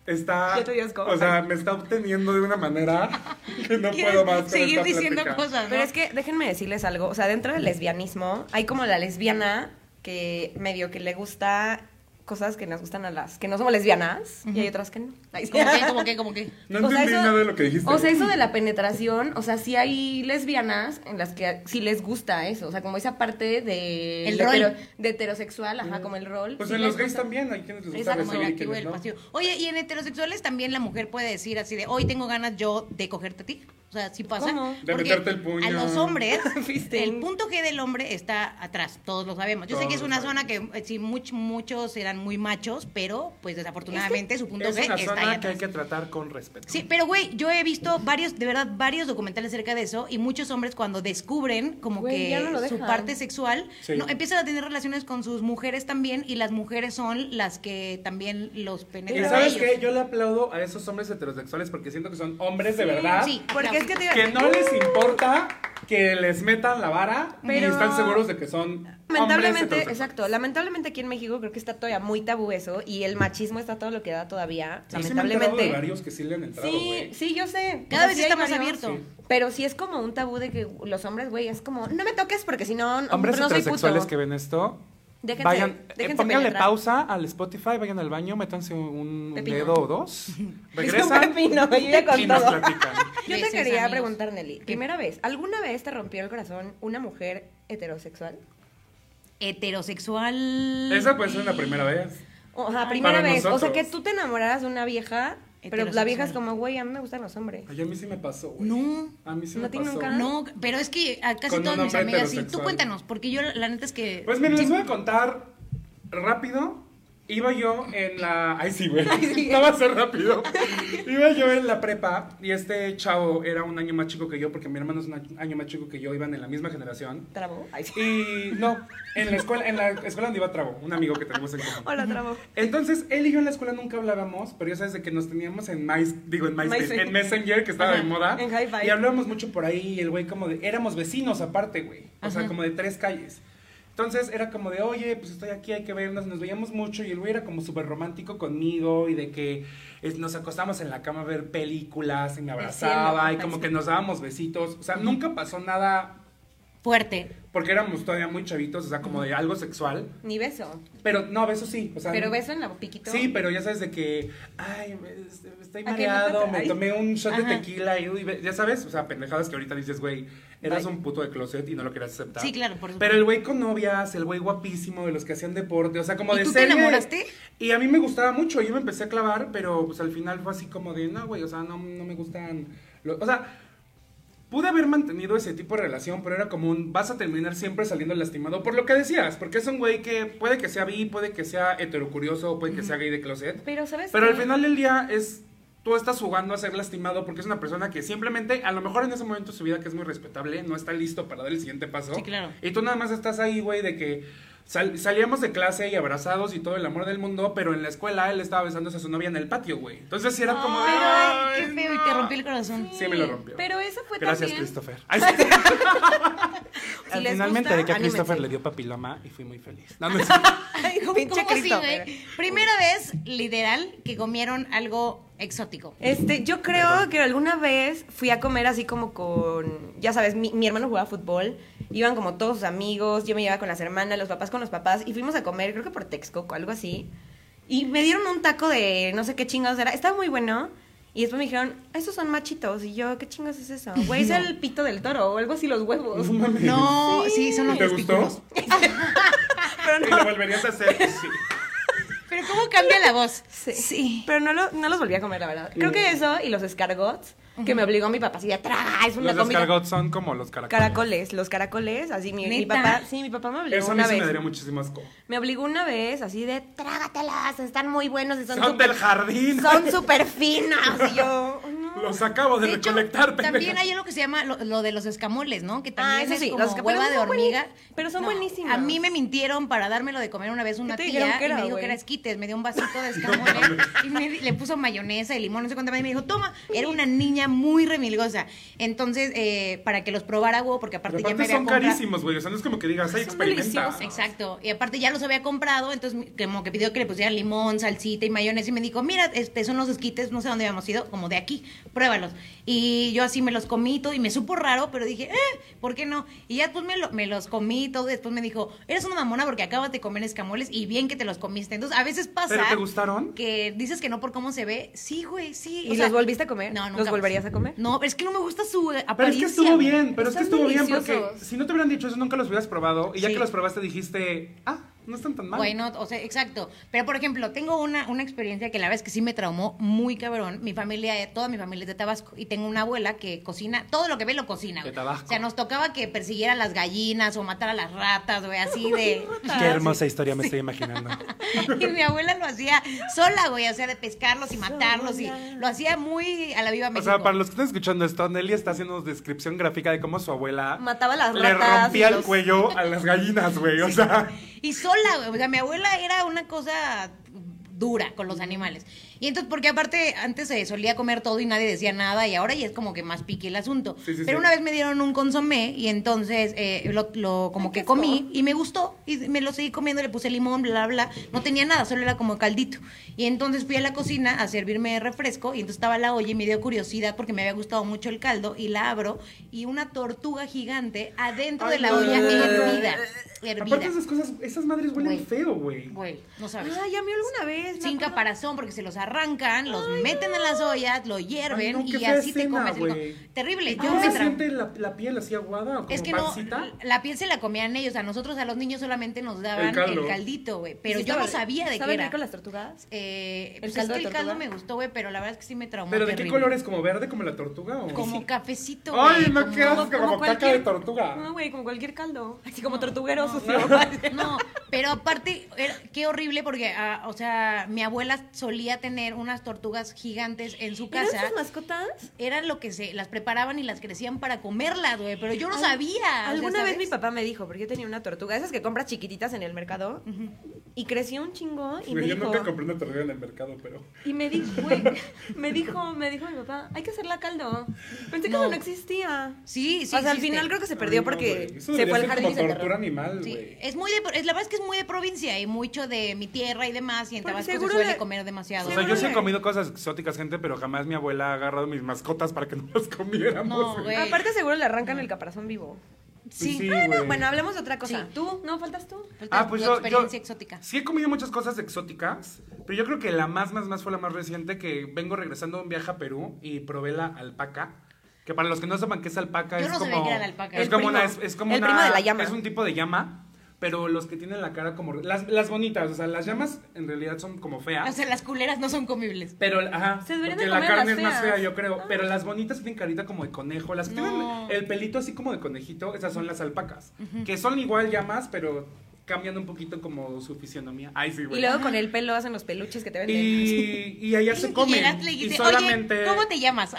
Speaker 2: está.
Speaker 3: Ya te dio asco.
Speaker 2: O sea, me está obteniendo de una manera que no
Speaker 1: ¿Quieres
Speaker 2: puedo más. con
Speaker 1: seguir
Speaker 2: esta
Speaker 1: diciendo
Speaker 2: plática.
Speaker 1: cosas, ¿no?
Speaker 3: Pero es que déjenme decirles algo. O sea, dentro del lesbianismo hay como la lesbiana que medio que le gusta cosas que nos gustan a las que no somos lesbianas y hay otras que no. Ay, sí.
Speaker 1: Como que, como que, como que.
Speaker 2: No
Speaker 3: O sea,
Speaker 2: entendí
Speaker 3: eso-
Speaker 2: nada de lo que dijiste.
Speaker 3: O sea, eso de la penetración, o sea, sí hay lesbianas en las que sí les gusta eso, o sea, como esa parte de,
Speaker 1: El
Speaker 3: de
Speaker 1: rol.
Speaker 3: hetero- de heterosexual, ajá, como el rol.
Speaker 2: Pues
Speaker 3: sí
Speaker 2: en
Speaker 3: les
Speaker 2: los gays
Speaker 3: gusta.
Speaker 2: también hay quienes les gusta
Speaker 3: Exacto,
Speaker 1: Como el
Speaker 2: recibir y
Speaker 1: activo
Speaker 2: quienes
Speaker 1: del
Speaker 2: no.
Speaker 1: pasivo. Oye, y en heterosexuales también la mujer puede decir así de, hoy tengo ganas yo de cogerte a ti. O sea, sí pasa.
Speaker 3: ¿Cómo?
Speaker 2: De
Speaker 1: Porque
Speaker 2: meterte el puño.
Speaker 1: A los hombres,
Speaker 3: Fisting.
Speaker 1: el punto G del hombre está atrás, todos lo sabemos. Yo sé
Speaker 2: Todos
Speaker 1: que es
Speaker 2: lo
Speaker 1: una
Speaker 2: sabemos.
Speaker 1: zona que eh, sí, much- muchos eran muy machos, pero pues desafortunadamente su punto
Speaker 2: Es
Speaker 1: G
Speaker 2: una
Speaker 1: está ahí
Speaker 2: zona que
Speaker 1: atrás.
Speaker 2: hay que tratar con respeto.
Speaker 1: Sí, pero güey, yo he visto varios, de verdad, varios documentales acerca de eso y muchos hombres cuando descubren como
Speaker 3: Güey,
Speaker 1: que
Speaker 3: ya no lo
Speaker 1: su
Speaker 3: dejan.
Speaker 1: parte sexual,
Speaker 2: Sí.
Speaker 1: no, empiezan a tener relaciones con sus mujeres también y las mujeres son las que también los
Speaker 2: Y
Speaker 1: penetran. a
Speaker 2: sabes
Speaker 1: ellos.
Speaker 2: qué, yo le aplaudo a esos hombres heterosexuales porque siento que son hombres de verdad.
Speaker 1: Sí,
Speaker 3: Porque es que te
Speaker 2: Que no les importa que les metan la vara y
Speaker 3: Pero-
Speaker 2: están seguros de que son hombres
Speaker 3: Lamentablemente,
Speaker 2: heterosexuales.
Speaker 3: exacto, lamentablemente aquí en México creo que está todavía muy tabú eso y el machismo está todo lo que da todavía,
Speaker 2: Yo sí me he enterado de
Speaker 3: lamentablemente.
Speaker 2: varios que sí le han entrado,
Speaker 3: Sí,
Speaker 2: güey.
Speaker 3: sí, yo sé.
Speaker 1: Cada vez
Speaker 3: sí
Speaker 1: está
Speaker 3: hay
Speaker 1: más
Speaker 3: varios,
Speaker 1: abierto.
Speaker 3: Pero sí es como un tabú de que los hombres, güey, es como, no me toques porque si no, no-
Speaker 2: Hombres
Speaker 3: no soy
Speaker 2: heterosexuales
Speaker 3: puto.
Speaker 2: que ven esto,
Speaker 3: Déjense-
Speaker 2: vayan, eh,
Speaker 3: déjense
Speaker 2: pónganle
Speaker 3: penetrar.
Speaker 2: pausa al Spotify, vayan al baño, métanse un, un
Speaker 3: Pepino.
Speaker 2: dedo o dos,
Speaker 3: Es
Speaker 2: regresan
Speaker 3: un pepino, güey, ya con
Speaker 2: y nos
Speaker 3: todo.
Speaker 2: platican.
Speaker 3: Yo te
Speaker 1: Besos,
Speaker 3: quería
Speaker 1: amigos.
Speaker 3: preguntar, Nelly, primera vez, ¿alguna vez te rompió el corazón una mujer heterosexual?
Speaker 1: Heterosexual.
Speaker 2: Esa puede ser la primera vez.
Speaker 3: O sea, primera
Speaker 2: Para
Speaker 3: vez, o sea,
Speaker 2: nosotros.
Speaker 3: que tú te enamoraras de una vieja, pero la vieja es
Speaker 1: Heterosexual.
Speaker 3: como, güey, a mí me gustan los hombres.
Speaker 2: Ay, a mí sí me pasó, güey.
Speaker 1: No.
Speaker 2: A mí sí
Speaker 3: ¿No
Speaker 2: me
Speaker 3: a ti
Speaker 2: pasó.
Speaker 3: nunca?
Speaker 1: No, pero es que a casi
Speaker 2: Con
Speaker 1: todas
Speaker 2: un
Speaker 1: mis
Speaker 2: hombre
Speaker 1: amigas sí. Tú
Speaker 2: heterosexual.
Speaker 1: cuéntanos, porque yo la neta es que.
Speaker 2: Pues miren, les voy a contar rápido Iba yo en la. Ay, sí, güey.
Speaker 3: Ay, sí.
Speaker 2: No va a ser rápido. Iba yo en la prepa y este chavo era un año más chico que yo, porque mi hermano es un año más chico que yo, iban en la misma generación.
Speaker 3: ¿Trabó? Ay, sí.
Speaker 2: Y no, en la escuela, en la escuela donde iba Trabo, un amigo que tenemos en común.
Speaker 3: Hola, trabó.
Speaker 2: Entonces, él y yo en la escuela nunca hablábamos, pero ya sabes de que nos teníamos en Mice, digo en MySpace,
Speaker 3: MySpace.
Speaker 2: en Messenger, que estaba
Speaker 3: Ajá,
Speaker 2: de moda.
Speaker 3: en Hi-Fi.
Speaker 2: Y hablábamos mucho por ahí, y el güey como de, éramos vecinos aparte, güey. O sea, como de tres calles. Entonces, era como de, oye, pues estoy aquí, hay que vernos, nos veíamos mucho, y el güey era como súper romántico conmigo, y de que es- nos acostamos en la cama a ver películas, y me abrazaba, y
Speaker 3: cierto,
Speaker 2: como
Speaker 3: sí.
Speaker 2: que nos dábamos besitos. O sea, nunca pasó nada...
Speaker 1: Fuerte.
Speaker 2: Porque éramos todavía muy chavitos, o sea, como de algo sexual.
Speaker 3: Ni beso.
Speaker 2: Pero no, beso sí. O sea,
Speaker 3: Pero beso en la piquito.
Speaker 2: Sí, pero ya sabes de que, ay, es- estoy
Speaker 3: ¿A qué no
Speaker 2: mareado,
Speaker 3: te-
Speaker 2: me
Speaker 3: ay?
Speaker 2: tomé un shot de
Speaker 1: Ajá.
Speaker 2: tequila y uy, ve- ya sabes, o sea, pendejadas que ahorita dices, güey, eras
Speaker 3: Bye.
Speaker 2: un puto de closet y no lo querías aceptar.
Speaker 1: Sí, claro, por supuesto.
Speaker 2: Pero el güey con novias, el güey guapísimo, de los que hacían deporte, o sea, como
Speaker 1: ¿Y
Speaker 2: de
Speaker 1: tú te
Speaker 2: serie.
Speaker 1: enamoraste?
Speaker 2: Y a mí me gustaba mucho, yo me empecé a clavar, pero pues al final fue así como de, no, güey, o sea, no, no me gustan, lo- o sea... Pude haber mantenido ese tipo de relación, pero era como un vas a terminar siempre saliendo lastimado por lo que decías, porque es un güey que puede que sea bi, puede que sea heterocurioso, puede que sea gay de closet,
Speaker 3: Pero, ¿sabes
Speaker 2: pero al
Speaker 3: qué?
Speaker 2: final del día es. Tú estás jugando a ser lastimado porque es una persona que simplemente, a lo mejor en ese momento de su vida, que es muy respetable, no está listo para dar el siguiente paso.
Speaker 1: Sí, claro.
Speaker 2: Y tú nada más estás ahí, güey, de que sal- salíamos de clase y abrazados y todo el amor del mundo, pero en la escuela él estaba besándose a su novia en el patio, güey. Entonces sí era como.
Speaker 1: Ay,
Speaker 2: "Ay,
Speaker 1: qué feo,
Speaker 2: no".
Speaker 1: y te rompí el corazón.
Speaker 2: Sí, me lo rompió.
Speaker 3: Pero eso fue
Speaker 2: Gracias,
Speaker 3: también.
Speaker 2: Christopher. Pues Ay, sí.
Speaker 3: Si
Speaker 2: Al
Speaker 3: les
Speaker 2: final me
Speaker 3: gusta,
Speaker 2: enteré que a Christopher
Speaker 3: anímense.
Speaker 2: le dio papiloma y fui muy feliz. No, no es-
Speaker 3: Ay, ¿cómo-
Speaker 1: ¿Cómo
Speaker 3: cómo sí,
Speaker 1: sí,
Speaker 3: güey?
Speaker 1: güey? Primera vez, literal, que comieron algo exótico.
Speaker 3: Este, yo creo que alguna vez fui a comer así como con, ya sabes, mi, mi hermano jugaba fútbol, iban como todos sus amigos, yo me llevaba con las hermanas, los papás con los papás, y fuimos a comer, creo que por Texcoco, algo así, y me dieron un taco de no sé qué chingados era, estaba muy bueno, y después me dijeron, "Ah, esos son machitos, y yo, ¿qué chingados es eso? Güey, es el pito del toro, o algo así, los huevos.
Speaker 2: No mames.
Speaker 1: No, sí, son los
Speaker 2: ¿Te gustó?
Speaker 1: testículos.
Speaker 3: Pero
Speaker 2: ¿Y lo
Speaker 3: no,
Speaker 2: volverías a hacer? pues, Sí.
Speaker 1: Pero ¿cómo cambia la voz?
Speaker 3: sí, pero no, lo- no los volví a comer, la verdad. Creo
Speaker 1: Mm.
Speaker 3: que eso, y los escargots, que me obligó mi papá, así de, traga, es una
Speaker 2: Los
Speaker 3: comida.
Speaker 2: escargots son como los caracoles.
Speaker 3: Caracoles, los caracoles, así mi, mi
Speaker 1: ¿Neta?
Speaker 3: papá, sí, mi papá me obligó
Speaker 2: Eso a mí
Speaker 3: una
Speaker 2: sí me
Speaker 3: vez.
Speaker 2: daría muchísimo asco.
Speaker 3: Me obligó una vez, así de trágatelas, están muy buenos y son,
Speaker 2: Son
Speaker 3: súper-
Speaker 2: del jardín.
Speaker 3: son súper finos. Y yo, no.
Speaker 2: Los acabo de,
Speaker 1: De hecho,
Speaker 2: recolectar, pendeja.
Speaker 1: También hay algo que se llama lo, lo de los escamoles, ¿no? Que
Speaker 3: Ah,
Speaker 1: también
Speaker 3: eso
Speaker 1: es
Speaker 3: sí,
Speaker 1: como
Speaker 3: los escamoles
Speaker 1: hueva de
Speaker 3: son buen-
Speaker 1: hormiga.
Speaker 3: pero son buenísimos.
Speaker 1: A mí me mintieron para dármelo de comer una vez una
Speaker 3: te
Speaker 1: tía
Speaker 3: dijeron que
Speaker 1: y me
Speaker 3: era,
Speaker 1: dijo
Speaker 3: güey?
Speaker 1: que era esquites, me dio un vasito de escamole y me di- le puso mayonesa y limón, no sé cuánto, y me dijo, toma, era una niña muy remilgosa. Entonces, eh, para que los probara, huevo, porque aparte, ya
Speaker 2: Pero
Speaker 1: me
Speaker 2: aparte
Speaker 1: había
Speaker 2: son
Speaker 1: comprado.
Speaker 2: carísimos, güey. O sea, no es como que digas, ay,
Speaker 3: Son
Speaker 2: experimenta.
Speaker 3: deliciosos.
Speaker 1: Exacto. Y aparte ya los había comprado, entonces mi- como que pidió que le pusieran limón, salsita y mayonesa y me dijo, mira, este son los esquites, no sé dónde habíamos ido, como de aquí, pruébalos. Y yo así me los comí y todo y me supo raro, pero dije, eh, ¿por qué no? Y ya después me, lo- me los comí y todo, después me dijo, eres una mamona porque acabas de comer escamoles y bien que te los comiste. Entonces a veces pasa...
Speaker 2: ¿Pero te gustaron?
Speaker 1: Que dices que no por cómo se ve. Sí, güey, sí.
Speaker 3: ¿Y los volviste a comer?
Speaker 1: No,
Speaker 3: ¿Los
Speaker 1: nunca más.
Speaker 3: volverías a comer?
Speaker 1: No, es que no me gusta su eh,
Speaker 2: Pero es que
Speaker 1: apariencia.
Speaker 2: estuvo
Speaker 1: güey.
Speaker 2: bien, pero es que
Speaker 3: Están
Speaker 2: estuvo bien porque
Speaker 3: deliciosos.
Speaker 2: si no te hubieran dicho eso, nunca los hubieras probado. Y ya
Speaker 1: Sí.
Speaker 2: que los probaste, dijiste, ah, no están tan mal.
Speaker 1: Bueno, o sea, exacto. Pero, por ejemplo, tengo una, una experiencia que la verdad es que sí me traumó muy cabrón. Mi familia, eh, toda mi familia es de Tabasco y tengo una abuela que cocina, todo lo que ve lo cocina.
Speaker 2: De
Speaker 1: güey.
Speaker 2: Tabasco.
Speaker 1: O sea, nos tocaba que persiguiera a las gallinas o matara a las ratas, güey, así de...
Speaker 3: Ah.
Speaker 2: Qué hermosa historia me estoy imaginando.
Speaker 1: y mi abuela lo hacía sola, güey, o sea, de pescarlos y matarlos y lo hacía muy a la viva
Speaker 2: O
Speaker 1: México.
Speaker 2: sea, para los que están escuchando esto, Nelly está haciendo una descripción gráfica de cómo su abuela
Speaker 3: Mataba las
Speaker 2: le
Speaker 3: ratas
Speaker 2: rompía
Speaker 3: y
Speaker 2: el
Speaker 3: los-
Speaker 2: cuello a las gallinas, güey. O sea,
Speaker 1: Y sola, güey. O sea, mi abuela era una cosa dura con los animales. Y entonces, porque aparte antes se solía comer todo y nadie decía nada y ahora ya es como que más pique el asunto.
Speaker 2: Sí, sí,
Speaker 1: Pero
Speaker 2: sí.
Speaker 1: una vez me dieron un consomé y entonces eh, lo, lo- como
Speaker 3: Ay,
Speaker 1: que
Speaker 3: qué asco.
Speaker 1: comí y me gustó y me lo seguí comiendo, le puse limón, bla, bla. No tenía nada, solo era como caldito. Y entonces fui a la cocina a servirme refresco y entonces estaba la olla y me dio curiosidad porque me había gustado mucho el caldo y la abro y una tortuga gigante adentro
Speaker 2: Ay,
Speaker 1: de la
Speaker 2: no.
Speaker 1: olla hervida. hervida.
Speaker 2: aparte esas cosas, esas madres huelen
Speaker 1: Güey.
Speaker 2: feo, güey.
Speaker 1: Güey, no sabes.
Speaker 2: Ah,
Speaker 3: Ay, a mí alguna vez.
Speaker 1: Sin
Speaker 3: me acuerdo-
Speaker 1: caparazón, porque se los arrancan, los meten en las ollas, lo hierven
Speaker 2: Ay, no, qué
Speaker 1: y
Speaker 2: fea
Speaker 1: así te
Speaker 2: escena,
Speaker 1: comes el
Speaker 2: güey.
Speaker 1: co- Terrible, yo
Speaker 2: ¿Cómo
Speaker 1: me
Speaker 2: se
Speaker 1: tra-
Speaker 2: siente la, la piel así aguada? ¿O como
Speaker 1: Es que
Speaker 2: pancita?
Speaker 1: no, la piel se la comían ellos, a nosotros a los niños solamente nos daban
Speaker 2: El
Speaker 1: el,
Speaker 2: caldo.
Speaker 1: caldito, güey, pero
Speaker 3: Sí,
Speaker 1: yo no
Speaker 3: estaba-
Speaker 1: sabía de qué
Speaker 3: ¿saben
Speaker 1: era.
Speaker 3: rico las tortugas?
Speaker 1: Eh,
Speaker 3: ¿El
Speaker 1: pues es
Speaker 3: caldo
Speaker 1: que
Speaker 3: de
Speaker 1: el caldo
Speaker 3: tortuga?
Speaker 1: me gustó, güey, pero la verdad es que sí me traumó.
Speaker 2: ¿Pero de qué
Speaker 1: terrible.
Speaker 2: color es? ¿Como verde como la tortuga? O...
Speaker 1: Como cafecito,
Speaker 2: Ay,
Speaker 1: güey,
Speaker 2: no,
Speaker 1: como-
Speaker 2: qué asco. como caca de
Speaker 3: cualquier-
Speaker 2: tortuga.
Speaker 3: No, güey, como cualquier caldo. Así como tortuguero sucio.
Speaker 1: No, Pero aparte, era- qué horrible porque, ah, o sea, mi abuela solía tener unas tortugas gigantes en su
Speaker 3: ¿Eran
Speaker 1: casa.
Speaker 3: sus mascotas?
Speaker 1: Eran lo que se las preparaban y las crecían para comerlas, güey. Pero yo no sabía. o sea,
Speaker 3: Alguna vez
Speaker 1: Ah, ¿sabes?
Speaker 3: mi papá me dijo, porque yo tenía una tortuga, esas que compras chiquititas en el mercado, y creció un chingo y me
Speaker 2: Yo
Speaker 3: dijo...
Speaker 2: nunca compré una tortuga en el mercado, pero.
Speaker 3: Y me dijo, güey, me dijo, me dijo mi papá, hay que hacerla caldo. Pensé
Speaker 1: No.
Speaker 3: que eso no existía.
Speaker 1: Sí, sí.
Speaker 3: o sea, al
Speaker 1: existe.
Speaker 3: final creo que se
Speaker 2: Ay,
Speaker 3: perdió
Speaker 2: no,
Speaker 3: porque
Speaker 2: güey. Eso
Speaker 3: se
Speaker 2: debería
Speaker 3: fue al
Speaker 2: ser
Speaker 3: jardín y se
Speaker 2: como tortura
Speaker 3: enterró.
Speaker 2: animal,
Speaker 1: Sí,
Speaker 2: güey.
Speaker 1: es muy de, pro- es, la verdad es que es muy de provincia y mucho de mi tierra y demás, y en
Speaker 3: Porque
Speaker 1: Tabasco se
Speaker 3: seguro
Speaker 1: suele
Speaker 3: le-
Speaker 1: comer demasiado.
Speaker 2: O sea, yo sí he
Speaker 3: Seguro.
Speaker 2: comido cosas exóticas, gente, pero jamás mi abuela ha agarrado mis mascotas para que no las comiéramos.
Speaker 1: No, güey.
Speaker 3: Aparte seguro le arrancan el caparazón vivo.
Speaker 1: sí.
Speaker 2: sí.
Speaker 3: Ah, no,
Speaker 2: güey.
Speaker 3: bueno, hablemos de otra cosa.
Speaker 1: Sí.
Speaker 3: Tú, no, faltas tú.
Speaker 1: Pues,
Speaker 2: Ah,
Speaker 1: tu-
Speaker 2: pues
Speaker 1: tu
Speaker 2: yo,
Speaker 1: experiencia
Speaker 2: yo-
Speaker 1: exótica.
Speaker 2: Sí he comido muchas cosas exóticas, pero yo creo que la más, más, más fue la más reciente que vengo regresando de un viaje a Perú y probé la alpaca. Que para los que no sepan qué es alpaca,
Speaker 1: Yo
Speaker 2: es
Speaker 1: no sabía
Speaker 2: como.
Speaker 1: que era la alpaca.
Speaker 2: Es
Speaker 1: El
Speaker 2: como
Speaker 3: primo.
Speaker 2: una. Es, es como
Speaker 3: El
Speaker 2: una-
Speaker 3: primo de la llama.
Speaker 2: Es un tipo de llama, pero los que tienen la cara como. Las, las bonitas, o sea, las llamas en realidad son como feas.
Speaker 1: O sea, las culeras no son comibles.
Speaker 2: Pero, ajá,
Speaker 3: Se deberían
Speaker 2: porque
Speaker 3: de
Speaker 2: la
Speaker 3: comer
Speaker 2: carne
Speaker 3: las
Speaker 2: es más
Speaker 3: feas.
Speaker 2: fea, yo creo. Pero las bonitas tienen carita como de conejo. Las que
Speaker 1: No.
Speaker 2: tienen el pelito así como de conejito, esas son las alpacas. Que son igual llamas, pero cambian un poquito como su fisionomía. Ay, sí,
Speaker 3: Y
Speaker 2: güey.
Speaker 3: luego con el pelo hacen los peluches que te venden.
Speaker 2: Y, y allá se comen.
Speaker 1: Y llegaste y le dijiste,
Speaker 2: solamente,
Speaker 1: oye, ¿cómo te llamas?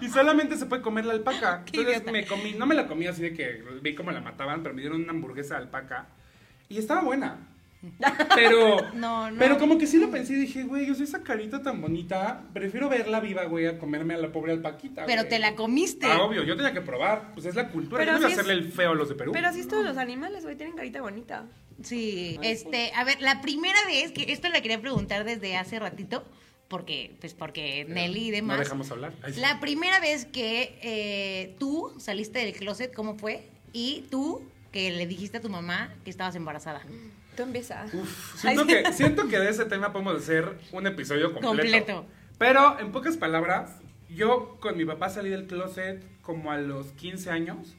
Speaker 2: y solamente se puede comer la alpaca.
Speaker 1: Qué
Speaker 2: Entonces
Speaker 1: idiota.
Speaker 2: me comí, no me la comí así de que vi cómo la mataban, pero me dieron una hamburguesa de alpaca. Y estaba buena. Pero,
Speaker 1: No, no.
Speaker 2: pero como que sí lo pensé y dije, güey, yo soy esa carita tan bonita, prefiero verla viva, güey, a comerme a la pobre alpaquita.
Speaker 1: Pero
Speaker 2: güey".
Speaker 1: te la comiste.
Speaker 2: Ah, obvio, yo tenía que probar, pues es la cultura,
Speaker 3: Pero
Speaker 2: yo no iba a
Speaker 3: sí es-
Speaker 2: hacerle el feo a los de Perú.
Speaker 3: Pero así es todos los animales, güey, tienen carita bonita.
Speaker 1: Sí,
Speaker 2: pues.
Speaker 1: este, a ver, la primera vez que esto la quería preguntar desde hace ratito, porque, pues porque Nelly y demás.
Speaker 2: No dejamos hablar. Ay, sí.
Speaker 1: La primera vez que eh, tú saliste del closet, ¿cómo fue? Y tú que le dijiste a tu mamá que estabas embarazada.
Speaker 3: Tú empieza.
Speaker 2: Uf, siento, que, siento que de ese tema podemos hacer un episodio completo.
Speaker 1: Completo.
Speaker 2: Pero, en pocas palabras, yo con mi papá salí del closet como a los 15 años,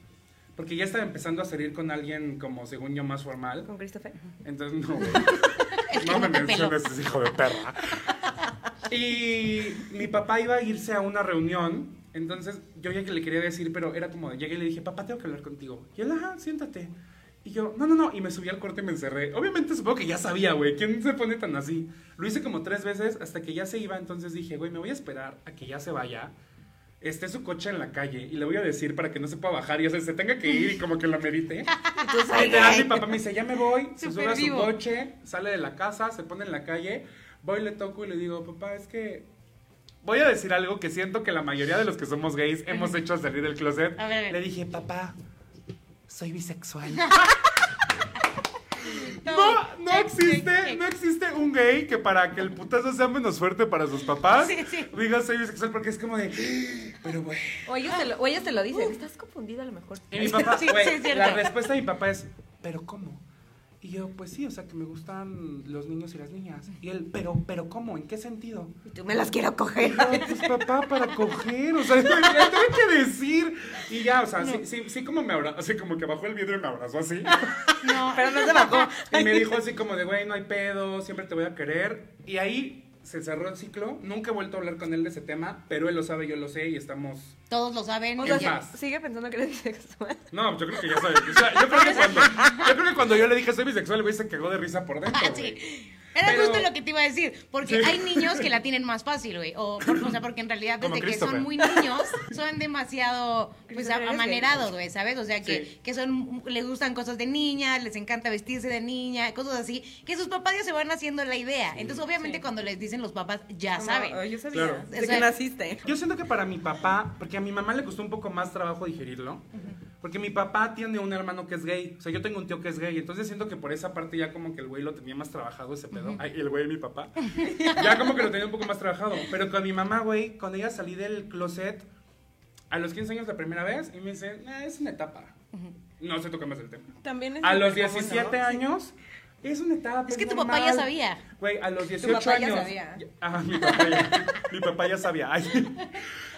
Speaker 2: porque ya estaba empezando a salir con alguien como, según yo, más formal.
Speaker 3: Con Christopher.
Speaker 2: Entonces, no, güey.
Speaker 1: El que
Speaker 2: No me
Speaker 1: no te peló.
Speaker 2: menciones, hijo de perra. Y mi papá iba a irse a una reunión. Entonces, yo ya que le quería decir, pero era como, llegué y le dije, papá, tengo que hablar contigo. Y él, ajá, siéntate. Y yo, no, no, no. Y me subí al corte y me encerré. Obviamente, supongo que ya sabía, güey. ¿Quién se pone tan así? Lo hice como tres veces hasta que ya se iba. Entonces dije, güey, me voy a esperar a que ya se vaya. Esté su coche en la calle y le voy a decir para que no se pueda bajar y o sea, se tenga que ir y como que lo merite. Literal, mi papá me dice, ya me voy, se
Speaker 1: Súper
Speaker 2: sube a su
Speaker 1: vivo.
Speaker 2: coche, sale de la casa, se pone en la calle, voy, le toco y le digo, papá, es que voy a decir algo que siento que la mayoría de los que somos gays hemos hecho al salir del closet.
Speaker 1: A ver, a ver.
Speaker 2: Le dije, papá, soy bisexual. No, no existe, no existe un gay que para que el putazo sea menos fuerte para sus papás,
Speaker 1: Sí, sí.
Speaker 2: diga soy bisexual porque es como de, pero güey.
Speaker 3: O ellos te lo, o ellos te lo dicen. Estás confundido a lo mejor.
Speaker 2: Y mi papá,
Speaker 1: Sí,
Speaker 2: güey,
Speaker 1: sí, es cierto.
Speaker 2: la respuesta de mi papá es, ¿pero cómo? Y yo, pues sí, o sea, que me gustan los niños y las niñas. Y él, ¿pero, pero cómo? ¿En qué sentido?
Speaker 3: Y tú me las quiero coger.
Speaker 2: No, pues papá, para coger, o sea, le tuve que decir. Y ya, o sea, sí, sí, sí como me abrazó, así como que bajó el vidrio y me abrazó así.
Speaker 1: No,
Speaker 3: Pero no se bajó.
Speaker 2: Y me dijo así como de, güey, no hay pedo, siempre te voy a querer. Y ahí se cerró el ciclo. Nunca he vuelto a hablar con él de ese tema, pero él lo sabe, yo lo sé y estamos...
Speaker 1: todos lo saben.
Speaker 3: O
Speaker 2: Es
Speaker 1: ya-
Speaker 3: sea,
Speaker 2: más.
Speaker 3: sigue pensando que eres bisexual.
Speaker 2: No, pues yo creo que ya sabe. O sea, yo, creo que cuando, yo creo que cuando yo le dije soy bisexual, el güey se cagó de risa por dentro.
Speaker 1: Ah,
Speaker 2: güey.
Speaker 1: sí. Era
Speaker 2: Pero-
Speaker 1: justo lo que te iba a decir, porque
Speaker 2: Sí.
Speaker 1: hay niños que la tienen más fácil, güey, o, por- o sea, porque en realidad
Speaker 2: Como
Speaker 1: desde que son
Speaker 2: Christopher.
Speaker 1: muy niños son demasiado pues a-
Speaker 3: Christopher, eres
Speaker 1: amanerados, güey, ¿sabes? O sea, que,
Speaker 2: Sí.
Speaker 1: que son les gustan cosas de niña, les encanta vestirse de niña, cosas así, que sus papás ya se van haciendo la idea. Entonces, obviamente
Speaker 3: sí.
Speaker 1: cuando les dicen los papás ya
Speaker 3: Como,
Speaker 1: saben.
Speaker 3: "Oh, yo sabía.
Speaker 2: Claro.
Speaker 3: Desde
Speaker 1: O sea,
Speaker 3: que naciste.
Speaker 2: Yo siento que para mi papá, porque a mi mamá le costó un poco más trabajo digerirlo, porque mi papá tiene un hermano que es gay, o sea, yo tengo un tío que es gay, entonces siento que por esa parte ya como que el güey lo tenía más trabajado ese pedo, Ay, el güey de mi papá, ya como que lo tenía un poco más trabajado, pero con mi mamá, güey, cuando ella salí del closet a los 15 años la primera vez y me dice, "Nah, es una etapa, no se toca más el tema.
Speaker 3: También es
Speaker 2: A los
Speaker 3: súper común,
Speaker 2: 17
Speaker 3: ¿no?
Speaker 2: años... Es una etapa.
Speaker 1: Es que tu
Speaker 2: normal.
Speaker 1: papá ya sabía.
Speaker 2: Güey, a los 18
Speaker 3: papá ya
Speaker 2: años.
Speaker 3: sabía.
Speaker 2: Ah, mi papá ya, mi papá ya sabía. Ay.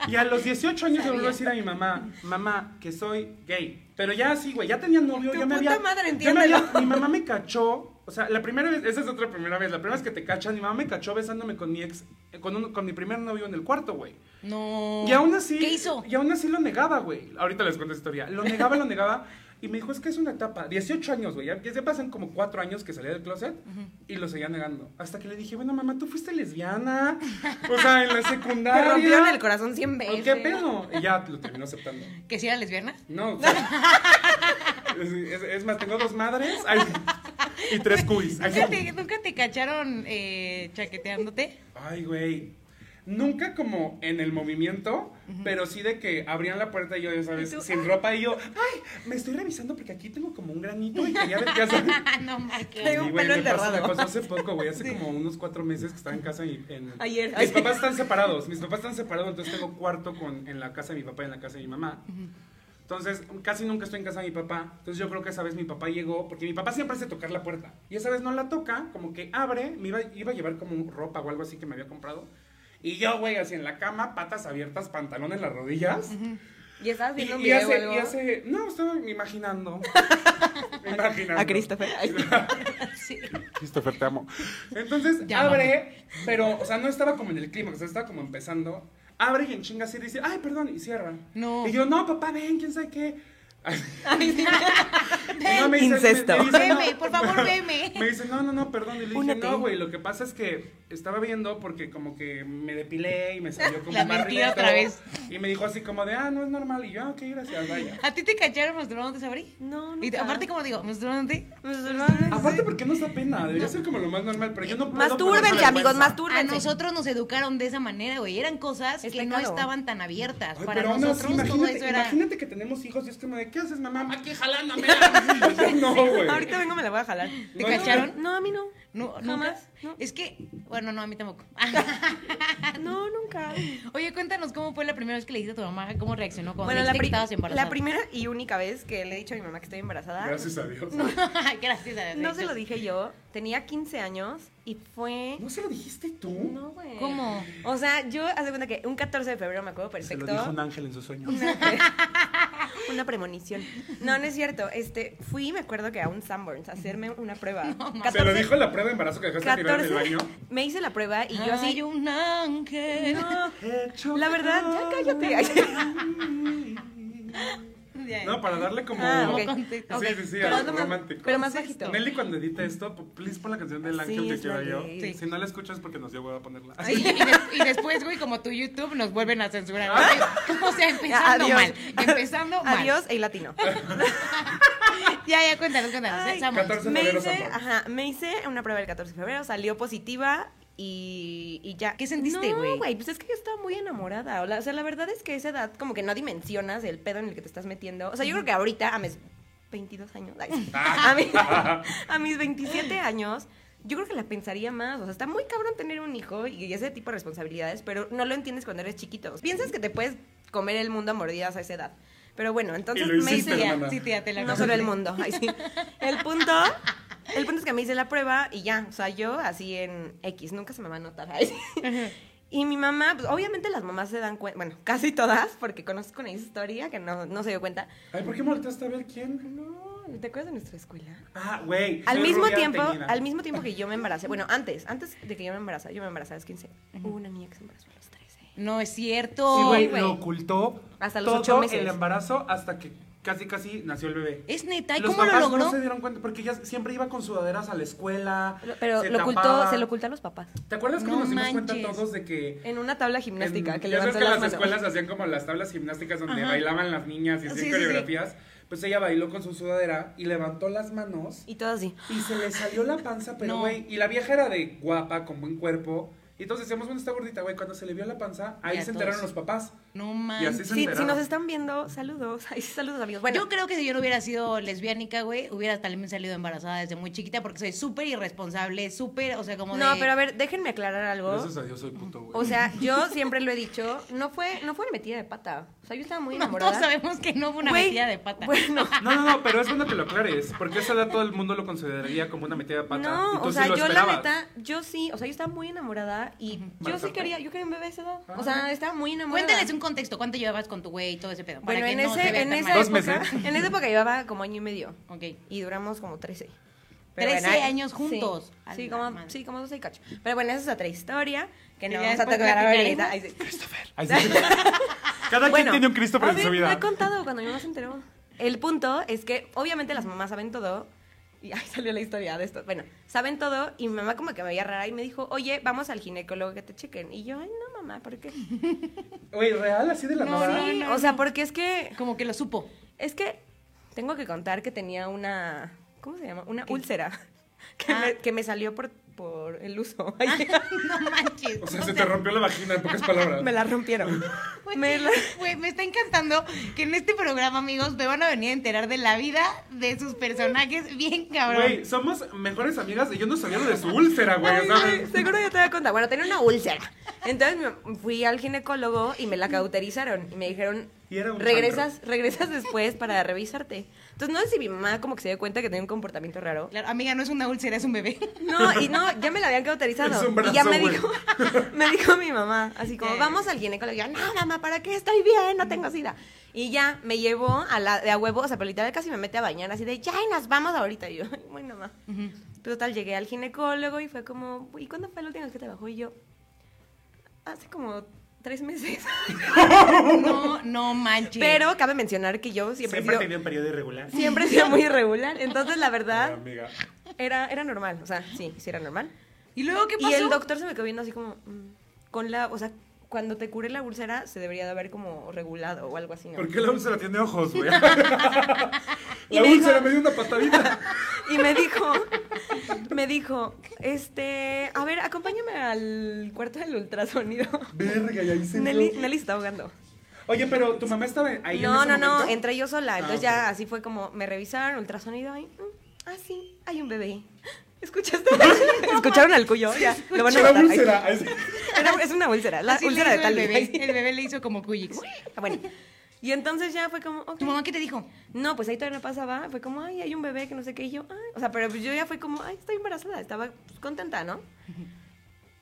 Speaker 2: Y a los 18 años le volví a decir a mi mamá, mamá, que soy gay. Pero ya sí, güey, ya tenía novio,
Speaker 3: Tu
Speaker 2: ya me
Speaker 3: puta
Speaker 2: había...
Speaker 3: madre,
Speaker 2: ya me había-
Speaker 3: entiéndelo.
Speaker 2: mi mamá me cachó, o sea, la primera vez, esa es otra primera vez, la primera vez que te cachan, mi mamá me cachó besándome con mi ex, eh, con, un- con mi primer novio en el cuarto, güey.
Speaker 1: No.
Speaker 2: Y aún así.
Speaker 1: ¿Qué hizo?
Speaker 2: Y aún así lo negaba, güey. Ahorita les cuento esa historia. Lo negaba, lo negaba. Y me dijo, es que es una etapa. 18 años, güey. Ya, ya pasan como 4 años que salí del closet y lo seguía negando. Hasta que le dije, bueno, mamá, tú fuiste lesbiana. O sea, en la
Speaker 3: Te
Speaker 2: secundaria.
Speaker 3: rompieron el corazón 100 veces.
Speaker 2: ¿Qué pedo? Y ya lo terminó aceptando.
Speaker 1: ¿Que si era lesbiana?
Speaker 2: No. o sea, es, es- es más, tengo dos madres ay, y tres cuis. Ay,
Speaker 1: ¿Nunca te, nunca te cacharon eh, chaqueteándote?
Speaker 2: Ay, güey. Nunca como en el movimiento, pero sí de que abrían la puerta y yo, ya sabes,
Speaker 3: Y tú,
Speaker 2: sin ropa y yo, ay, me estoy revisando porque aquí tengo como un granito y quería ver qué hacer.
Speaker 1: Ah, no mames.
Speaker 3: Tengo un
Speaker 2: Y, güey,
Speaker 3: pelo
Speaker 2: me pasó-
Speaker 3: enterrado.
Speaker 2: Me pasó hace poco, güey, hace como unos cuatro meses que estaba en casa y en...
Speaker 3: Ayer.
Speaker 2: Mis papás están separados, mis papás están separados, entonces tengo cuarto con, en la casa de mi papá y en la casa de mi mamá. Entonces, casi nunca estoy en casa de mi papá. Entonces, yo creo que esa vez mi papá llegó, porque mi papá siempre hace tocar la puerta. Y esa vez no la toca, como que abre, me iba, iba a llevar como ropa o algo así que me había comprado. Y yo, güey, así en la cama, patas abiertas, pantalón en las rodillas.
Speaker 3: ¿Y estabas
Speaker 2: Y,
Speaker 3: viendo un
Speaker 2: y
Speaker 3: video o
Speaker 2: hace,
Speaker 3: algo?
Speaker 2: y hace- no, estaba imaginando. imaginando.
Speaker 3: A Christopher. Ay.
Speaker 1: Sí.
Speaker 2: Christopher, te amo. Entonces
Speaker 1: Llámame.
Speaker 2: abre, pero, o sea, no estaba como en el clima, o sea, estaba como empezando. Abre y en chinga así dice, ay, perdón, y cierra.
Speaker 1: No.
Speaker 2: Y yo, no, papá, ven, quién sabe qué.
Speaker 3: Ay, sí.
Speaker 2: Y no, me dice-
Speaker 3: Incesto.
Speaker 2: me- me dice,
Speaker 1: Veme,
Speaker 2: no.
Speaker 1: por favor, veme.
Speaker 2: Me dice, no, no, no, perdón. Y le dije,
Speaker 3: Únete.
Speaker 2: no, güey, lo que pasa es que estaba viendo porque como que me depilé y me salió como
Speaker 1: La
Speaker 2: un
Speaker 1: mentira
Speaker 2: barriguito.
Speaker 1: otra vez.
Speaker 2: Y me dijo así como de, ah, no es normal. Y yo, ah, ok, gracias, vaya.
Speaker 1: ¿A ti te cacharon masturbándote, Sabri?
Speaker 3: No, Pues,
Speaker 1: Y te-
Speaker 3: nunca.
Speaker 1: aparte, como digo, masturbándote.
Speaker 2: Aparte, porque nos da pena? Debería ser como lo más normal, pero yo no puedo. por
Speaker 3: Mastúrbense,
Speaker 2: esa
Speaker 3: amigos,
Speaker 2: vergüenza.
Speaker 1: A
Speaker 3: mastúrbense.
Speaker 1: nosotros nos educaron de esa manera, güey. Eran cosas
Speaker 3: Es
Speaker 1: que no
Speaker 3: pecado.
Speaker 1: estaban tan abiertas.
Speaker 2: Ay,
Speaker 1: Para
Speaker 2: pero aún así,
Speaker 1: nosotros todo
Speaker 2: imagínate,
Speaker 1: eso era.
Speaker 2: imagínate que tenemos hijos y es como de, ¿qué haces, mamá? Aquí jalándome. O sea, no, güey.
Speaker 3: Ahorita vengo, me la voy a jalar.
Speaker 1: ¿Te
Speaker 2: No,
Speaker 1: cacharon?
Speaker 3: No, a mí no.
Speaker 1: No, ¿nunca?
Speaker 3: Jamás, no.
Speaker 1: Es que, bueno, no, a mí tampoco.
Speaker 3: No, nunca.
Speaker 1: Oye, cuéntanos cómo fue la primera vez que le dijiste a tu mamá, cómo reaccionó cuando
Speaker 3: Bueno,
Speaker 1: le
Speaker 3: la,
Speaker 1: dijiste que
Speaker 3: pri-
Speaker 1: estabas embarazada.
Speaker 3: la primera y única vez que le he dicho a mi mamá que estoy embarazada.
Speaker 2: Gracias a Dios. No.
Speaker 1: Gracias a Dios.
Speaker 3: No se lo dije yo. Tenía 15 años y fue.
Speaker 2: se lo dijiste tú?
Speaker 3: No, güey.
Speaker 1: ¿Cómo?
Speaker 3: O sea, yo hace cuenta que un 14 de febrero me acuerdo perfecto.
Speaker 2: ángel en sus sueños.
Speaker 3: Una premonición. No, no es cierto. Este, fui, me acuerdo que a un Sanborns a hacerme una prueba.
Speaker 2: Se lo dijo en la prueba de embarazo que dejaste tirar en el baño.
Speaker 3: Me hice la prueba y
Speaker 1: Y
Speaker 3: yo así.
Speaker 1: un ángel.
Speaker 3: No, la verdad, ya cállate.
Speaker 1: Ya.
Speaker 2: No, para darle como.
Speaker 3: Ah, ok.
Speaker 1: contexto.
Speaker 2: Sí,
Speaker 3: Ok,
Speaker 2: sí, sí,
Speaker 3: pero
Speaker 2: algo
Speaker 3: hazlo más-
Speaker 2: romántico.
Speaker 3: pero más bajito.
Speaker 2: Nelly, cuando edite esto, po- please pon la canción del
Speaker 3: Así
Speaker 2: ángel que
Speaker 3: es la
Speaker 2: quiero yo.
Speaker 3: ley.
Speaker 1: Sí.
Speaker 2: Si no la escuchas, porque nos dio huevo a ponerla.
Speaker 1: Sí, y, des- y después, güey, como tu YouTube, nos vuelven a censurar. O sea, empezando
Speaker 3: Ah. Adiós.
Speaker 1: mal. Empezando mal.
Speaker 3: Adiós, el latino.
Speaker 1: Ya, ya, cuéntanos, cuéntanos.
Speaker 3: Ay,
Speaker 1: Samuel.
Speaker 2: 14.
Speaker 3: me
Speaker 2: febrero,
Speaker 3: hice,
Speaker 2: Sanborns.
Speaker 3: ajá, me hice una prueba el 14 de febrero, salió positiva y, y ya.
Speaker 1: ¿Qué sentiste, güey?
Speaker 3: No, güey, pues es que yo estaba muy enamorada. O, la- o sea, la verdad es que a esa edad como que no dimensionas el pedo en el que te estás metiendo. O sea, yo creo que ahorita a mis 22 años, ay, sí,
Speaker 2: Ah.
Speaker 3: a, mis, a mis 27 años, yo creo que la pensaría más. O sea, está muy cabrón tener un hijo y ese tipo de responsabilidades, pero no lo entiendes cuando eres chiquito. Piensas que te puedes comer el mundo a mordidas a esa edad. Pero bueno, entonces
Speaker 2: lo
Speaker 3: me
Speaker 2: hiciste,
Speaker 3: hice
Speaker 2: hermana.
Speaker 1: Sí, tía, te la
Speaker 3: no
Speaker 1: conté.
Speaker 3: solo el mundo. ay, sí. El punto. El punto es que me hice la prueba y ya. O sea, yo así en X, nunca se me va a notar. ay, sí. Y mi mamá, pues, obviamente las mamás se dan cuenta, bueno, casi todas, porque conozco una historia que no, no se dio cuenta.
Speaker 2: Ay, ¿por qué molestaste a ver quién?
Speaker 3: No, ¿te acuerdas de nuestra escuela?
Speaker 2: Ah, güey.
Speaker 3: Al
Speaker 2: soy
Speaker 3: mismo
Speaker 2: rubia
Speaker 3: tiempo,
Speaker 2: teñida.
Speaker 3: al mismo tiempo que yo me embaracé, bueno, antes, antes de que yo me embarazara, yo me embarazé a los 15, hubo una niña que se embarazó a los 13.
Speaker 1: No es
Speaker 2: Sí,
Speaker 1: cierto.
Speaker 2: güey,
Speaker 3: Sí, güey.
Speaker 2: lo ocultó
Speaker 3: Hasta los
Speaker 2: todo
Speaker 3: ocho meses.
Speaker 2: el embarazo hasta que casi casi nació el bebé.
Speaker 1: es neta. ¿Y
Speaker 2: los
Speaker 1: cómo lo
Speaker 2: papás
Speaker 1: logró?
Speaker 2: no se dieron cuenta porque ella siempre iba con sudaderas a la escuela.
Speaker 3: Pero- Pero
Speaker 2: se
Speaker 3: lo ocultó,
Speaker 2: tapaba.
Speaker 3: se lo ocultó a los papás.
Speaker 2: ¿Te acuerdas cómo
Speaker 1: No
Speaker 2: nos dimos cuenta
Speaker 1: manches.
Speaker 2: todos de que
Speaker 3: En una tabla gimnástica
Speaker 2: en-
Speaker 3: que
Speaker 2: ya sabes
Speaker 3: levantó
Speaker 2: que
Speaker 3: las
Speaker 2: las
Speaker 3: manos.
Speaker 2: escuelas hacían como las tablas gimnásticas donde
Speaker 1: Ajá.
Speaker 2: bailaban las niñas y hacían
Speaker 1: Sí, sí, sí.
Speaker 2: coreografías. Pues ella bailó con su sudadera y levantó las manos
Speaker 3: Y todo así.
Speaker 2: y se le salió la panza, pero
Speaker 1: No.
Speaker 2: güey. Y la vieja era de guapa, con buen cuerpo. Y entonces decíamos, bueno, está gordita, güey. Cuando se le vio la panza, ahí
Speaker 1: Ya
Speaker 2: se enteraron
Speaker 1: todos.
Speaker 2: los papás.
Speaker 1: No
Speaker 2: Y así
Speaker 1: manches.
Speaker 2: se
Speaker 3: Si, si
Speaker 2: enteraron.
Speaker 3: nos están viendo, saludos. Ay, sí, saludos, amigos. Bueno,
Speaker 1: yo creo que si yo no hubiera sido lesbiánica, güey, hubiera también salido embarazada desde muy chiquita porque soy súper irresponsable, súper, o sea, como de...
Speaker 3: no, pero a ver, déjenme aclarar algo.
Speaker 2: Gracias a Dios soy puto, güey.
Speaker 3: O sea, yo siempre lo he dicho, no fue, no fue una metida de pata. O sea, yo estaba muy
Speaker 1: No, todos
Speaker 3: enamorada.
Speaker 1: sabemos que no fue una
Speaker 3: Güey,
Speaker 1: metida de pata.
Speaker 3: Bueno,
Speaker 2: No, no, no, pero es bueno que lo aclares, porque esa edad todo el mundo lo consideraría como una metida de pata. y
Speaker 3: no,
Speaker 2: tú
Speaker 3: o
Speaker 2: sí
Speaker 3: sea,
Speaker 2: lo
Speaker 3: yo la
Speaker 2: esperabas.
Speaker 3: neta, yo sí, o sea, yo estaba muy enamorada y yo sí
Speaker 2: Marta.
Speaker 3: quería, yo quería un bebé a esa edad. O
Speaker 2: Ah.
Speaker 3: sea, estaba muy enamorada.
Speaker 1: Cuéntales un contexto, ¿cuánto llevabas con tu güey y todo ese pedo? Para
Speaker 3: Bueno,
Speaker 1: que
Speaker 3: en,
Speaker 1: no se
Speaker 3: ese,
Speaker 1: vea
Speaker 3: en
Speaker 1: tan
Speaker 3: esa
Speaker 1: mal.
Speaker 2: Dos
Speaker 3: época,
Speaker 2: meses.
Speaker 3: en esa época llevaba como año y medio.
Speaker 1: Ok.
Speaker 3: y duramos como 13.
Speaker 1: 13 años juntos.
Speaker 3: Sí,
Speaker 1: A
Speaker 3: sí,
Speaker 1: la
Speaker 3: como,
Speaker 1: madre.
Speaker 3: sí, como 12 y cacho. Pero bueno, esa es otra historia que
Speaker 1: Y
Speaker 3: no
Speaker 1: ya
Speaker 3: vamos a
Speaker 1: después
Speaker 3: tocar ahorita.
Speaker 1: platicaremos.
Speaker 3: Ay, sí.
Speaker 2: Ahí sí. Cada
Speaker 3: Bueno,
Speaker 2: quien tiene un Christopher
Speaker 3: a
Speaker 2: en
Speaker 3: ver,
Speaker 2: su
Speaker 3: No
Speaker 2: vida.
Speaker 3: he contado cuando mi mamá se enteró. El punto es que obviamente las mamás saben todo. Y ahí salió la historia de esto. Bueno, saben todo y mi mamá como que me veía rara y me dijo, oye, vamos al ginecólogo que te chequen. Y yo, ay, no, mamá, ¿por qué?
Speaker 2: Güey, real, así de la
Speaker 1: No,
Speaker 2: nada.
Speaker 1: no,
Speaker 3: Sí, o sea, porque es que,
Speaker 1: Como que lo supo.
Speaker 3: es que tengo que contar que tenía una, ¿cómo se llama? Una úlcera que,
Speaker 1: Ah.
Speaker 3: me, que me salió por, por el uso. Ay,
Speaker 2: Ah.
Speaker 1: No manches.
Speaker 2: O sea, se te rompió la vagina, en pocas palabras.
Speaker 3: me la rompieron.
Speaker 1: Güey,
Speaker 3: Me la-
Speaker 1: Pues güey, me está encantando que en este programa, amigos, me van a venir a enterar de la vida de sus personajes bien cabrón.
Speaker 2: Güey, somos mejores amigas y yo no sabía lo de su úlcera, güey.
Speaker 3: Ay,
Speaker 2: o sea,
Speaker 3: güey, seguro ya te voy a contar. Bueno, tenía una úlcera. Entonces me- fui al ginecólogo y me la cauterizaron. Y me dijeron,
Speaker 2: Mm. Y era un
Speaker 3: regresas, regresas después para revisarte. Entonces no sé si mi mamá como que se dio cuenta que tenía un comportamiento raro.
Speaker 1: Claro, amiga, no es una úlcera, es un bebé.
Speaker 3: No, y no, ya me la habían cauterizado.
Speaker 2: Es un brazo,
Speaker 3: y ya me
Speaker 2: güey.
Speaker 3: dijo, me dijo mi mamá, así como,
Speaker 1: Eh.
Speaker 3: vamos al ginecólogo. Y yo, no, mamá, ¿para qué? Estoy bien, no tengo sida. Y ya me llevó a la de a huevo, o sea, pero literal casi me mete a bañar, así de, ya, y nos vamos ahorita. Y yo, "Ay, bueno, mamá. Pero tal, llegué al ginecólogo y fue como, ¿y cuándo fue la última vez que te bajó? Y yo, hace como tres meses.
Speaker 1: No, no manches.
Speaker 3: Pero cabe mencionar que yo siempre, he sido-
Speaker 2: un periodo irregular.
Speaker 3: siempre he sido muy irregular. Entonces, la verdad,
Speaker 2: Amiga.
Speaker 3: era, era normal. O sea, sí, sí era normal.
Speaker 1: ¿Y luego qué pasó?
Speaker 3: Y el doctor se me quedó viendo así como, mm, con la, o sea, cuando te curé la úlcera se debería de haber como regulado o algo así, ¿no?
Speaker 2: ¿Por qué la úlcera tiene ojos, güey?
Speaker 3: Y
Speaker 2: la
Speaker 3: me dijo-
Speaker 2: úlcera me dio una patadita.
Speaker 3: Y me dijo, me dijo, este, a ver, acompáñame al cuarto del ultrasonido.
Speaker 2: Verga, y ahí se
Speaker 3: Nelly,
Speaker 2: entró.
Speaker 3: Nelly se está ahogando.
Speaker 2: Oye, pero tu mamá estaba ahí
Speaker 3: no,
Speaker 2: en
Speaker 3: no,
Speaker 2: ese
Speaker 3: no,
Speaker 2: momento?
Speaker 3: entré yo sola.
Speaker 2: Ah,
Speaker 3: Entonces
Speaker 2: ok.
Speaker 3: ya así fue como, me revisaron, ultrasonido, ahí, mm, ah, sí, hay un bebé. ¿Escuchaste? ¿Escucharon al cuyo? Ya, lo van a
Speaker 2: Era
Speaker 3: matar. Ay,
Speaker 2: úlcera. ahí se-
Speaker 3: era- es una úlcera, la
Speaker 1: Así le
Speaker 3: úlcera de
Speaker 1: hizo
Speaker 3: tal
Speaker 1: el bebé.
Speaker 3: Ay,
Speaker 1: El bebé le hizo como Cuyix.
Speaker 3: sí. Ah, Bueno, y entonces ya fue como, ok.
Speaker 1: ¿Tu mamá qué te dijo?
Speaker 3: No, pues ahí todavía no pasaba. Fue como, ay, hay un bebé que no sé qué. Y yo, ay. O sea, pero pues yo ya fue como, ay, estoy embarazada. Estaba pues, contenta, ¿no?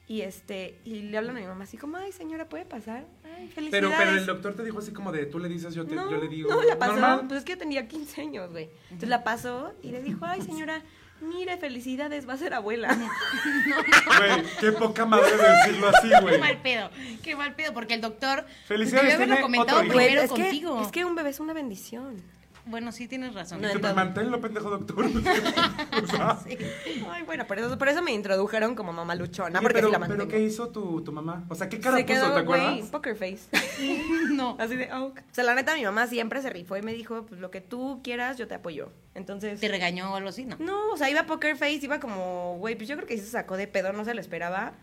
Speaker 3: Y este, y le hablan a mi mamá así como, ay, señora, ¿puede pasar? Ay,
Speaker 2: Pero,
Speaker 3: felicidades.
Speaker 2: pero el doctor te dijo así como de, tú le dices, yo, te,
Speaker 3: no,
Speaker 2: yo le digo.
Speaker 3: no, la pasó.
Speaker 2: Normal.
Speaker 3: Pues es que yo tenía 15 años, güey. Entonces la pasó y le dijo, ay, señora, mire, felicidades, va a ser abuela.
Speaker 2: Güey, qué poca madre de decirlo así,
Speaker 1: Qué
Speaker 2: güey.
Speaker 1: mal pedo, qué mal pedo, porque el doctor
Speaker 2: Felicidades,
Speaker 1: debió haberlo
Speaker 2: tiene
Speaker 1: comentado
Speaker 2: otro hijo.
Speaker 1: primero
Speaker 3: Pues, es que,
Speaker 1: contigo.
Speaker 3: es que un bebé es una bendición.
Speaker 1: Bueno, sí tienes razón.
Speaker 3: No,
Speaker 2: Y tú,
Speaker 3: todo.
Speaker 2: "Pues manténlo, pendejo doctor. O sea,
Speaker 1: Sí.
Speaker 3: Ay, bueno, por eso, por eso me introdujeron como mamá luchona,
Speaker 2: oye,
Speaker 3: porque
Speaker 2: pero,
Speaker 3: sí la
Speaker 2: pero
Speaker 3: mantengo.
Speaker 2: ¿qué hizo tu, tu mamá? O sea, ¿qué cara
Speaker 3: Se
Speaker 2: puso, te
Speaker 3: quedó, güey,
Speaker 2: acuerdas?
Speaker 3: poker face.
Speaker 1: No.
Speaker 3: Así de, "Ah, ok". O sea, la neta, mi mamá siempre se rifó y me dijo, pues lo que tú quieras, yo te apoyo. Entonces,
Speaker 1: ¿Te regañó o algo así? No.
Speaker 3: no, o sea, iba a Poker Face, iba como, güey, pues yo creo que sí se sacó de pedo, no se lo esperaba.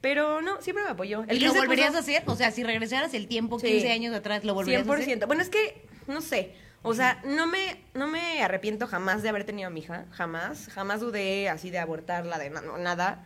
Speaker 3: Pero no, siempre me apoyó.
Speaker 1: ¿Y
Speaker 3: que
Speaker 1: lo
Speaker 3: se
Speaker 1: volverías
Speaker 3: puso-
Speaker 1: a hacer? O sea, si regresaras el tiempo,
Speaker 3: Sí.
Speaker 1: 15 años atrás, ¿lo volverías a hacer?
Speaker 3: 100%. Bueno, es que, no sé. O sea, no me, no me arrepiento jamás de haber tenido a mi hija. Jamás. Jamás dudé así de abortarla, de na- no, nada.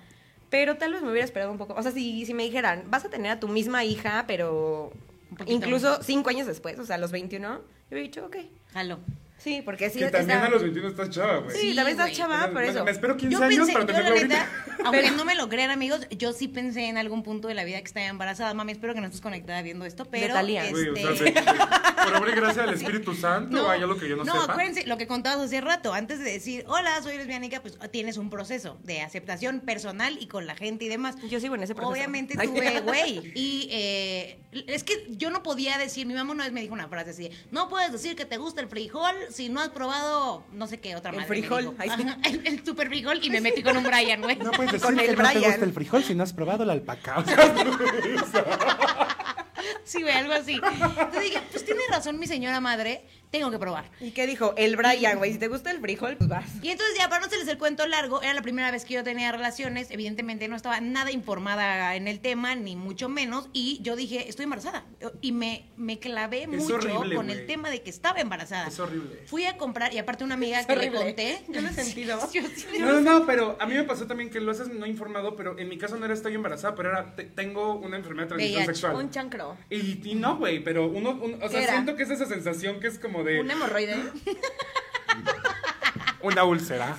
Speaker 3: Pero tal vez me hubiera esperado un poco. O sea, si, si me dijeran, vas a tener a tu misma hija, pero
Speaker 1: Un poquito
Speaker 3: incluso cinco años después, o sea, a los 21, yo hubiera dicho, ok.
Speaker 1: Jalo.
Speaker 3: Sí, porque sí.
Speaker 2: que también
Speaker 3: está-
Speaker 2: a los 21 estás chava, güey.
Speaker 3: Sí, también estás
Speaker 1: güey.
Speaker 3: chava, por
Speaker 2: me,
Speaker 3: eso.
Speaker 2: Me espero 15
Speaker 1: Yo
Speaker 2: años
Speaker 1: pensé,
Speaker 2: para
Speaker 1: yo la
Speaker 2: tenerlo ahorita.
Speaker 1: neta, aunque no me lo crean amigos, yo sí pensé en algún punto de la vida que estaba embarazada. Mami, espero que no estés conectada viendo esto, pero...
Speaker 3: Talía.
Speaker 2: Güey, o sea,
Speaker 1: este,
Speaker 2: de- de- por obra y gracia del Espíritu Santo, vaya lo que yo no, sepa.
Speaker 1: acuérdense, lo que contabas hace rato, antes de decir, hola, soy lesbianica, pues tienes un proceso de aceptación personal y con la gente y demás.
Speaker 3: Yo sigo en ese proceso.
Speaker 1: Obviamente
Speaker 3: Ay.
Speaker 1: tuve, güey. Y eh, es que yo no podía decir, mi mamá una vez me dijo una frase así, no puedes decir que te gusta el frijol si no has probado no sé qué otra
Speaker 3: El
Speaker 1: madre me
Speaker 3: frijol,
Speaker 1: dijo.
Speaker 3: ay, sí.
Speaker 1: Ajá, el, el super frijol y me metí con un Brian, güey.
Speaker 2: No puedes
Speaker 3: Con
Speaker 2: decir
Speaker 3: el
Speaker 2: que no te
Speaker 3: Brian.
Speaker 2: gusta el frijol si no has probado la alpaca. O sea,
Speaker 1: Sí, güey, algo así. Entonces dije, pues tiene razón mi señora madre, tengo que probar.
Speaker 3: ¿Y qué dijo? El Brian, güey. Si te gusta el frijol, pues vas.
Speaker 1: Y entonces ya para no hacerles el cuento largo, era la primera vez que yo tenía relaciones, evidentemente no estaba nada informada en el tema, ni mucho menos, y yo dije, estoy embarazada. Y me, me clavé mucho
Speaker 2: horrible,
Speaker 1: con
Speaker 2: güey.
Speaker 1: el tema de que estaba embarazada.
Speaker 2: Es horrible.
Speaker 1: Fui a comprar, y aparte una amiga que le
Speaker 3: horrible.
Speaker 1: conté.
Speaker 3: Yo lo he sentido.
Speaker 1: Yo sí-
Speaker 2: No, no, no, pero a mí me pasó también que lo haces no informado, pero en mi caso no era estoy embarazada, pero era te- tengo una enfermedad de transmisión
Speaker 1: VIH.
Speaker 2: sexual.
Speaker 3: Un chancro.
Speaker 2: Y, y no, güey, pero uno, un- o sea,
Speaker 3: ¿Qué era?
Speaker 2: siento que es esa sensación que es como de
Speaker 3: Un hemorroide.
Speaker 2: una úlcera.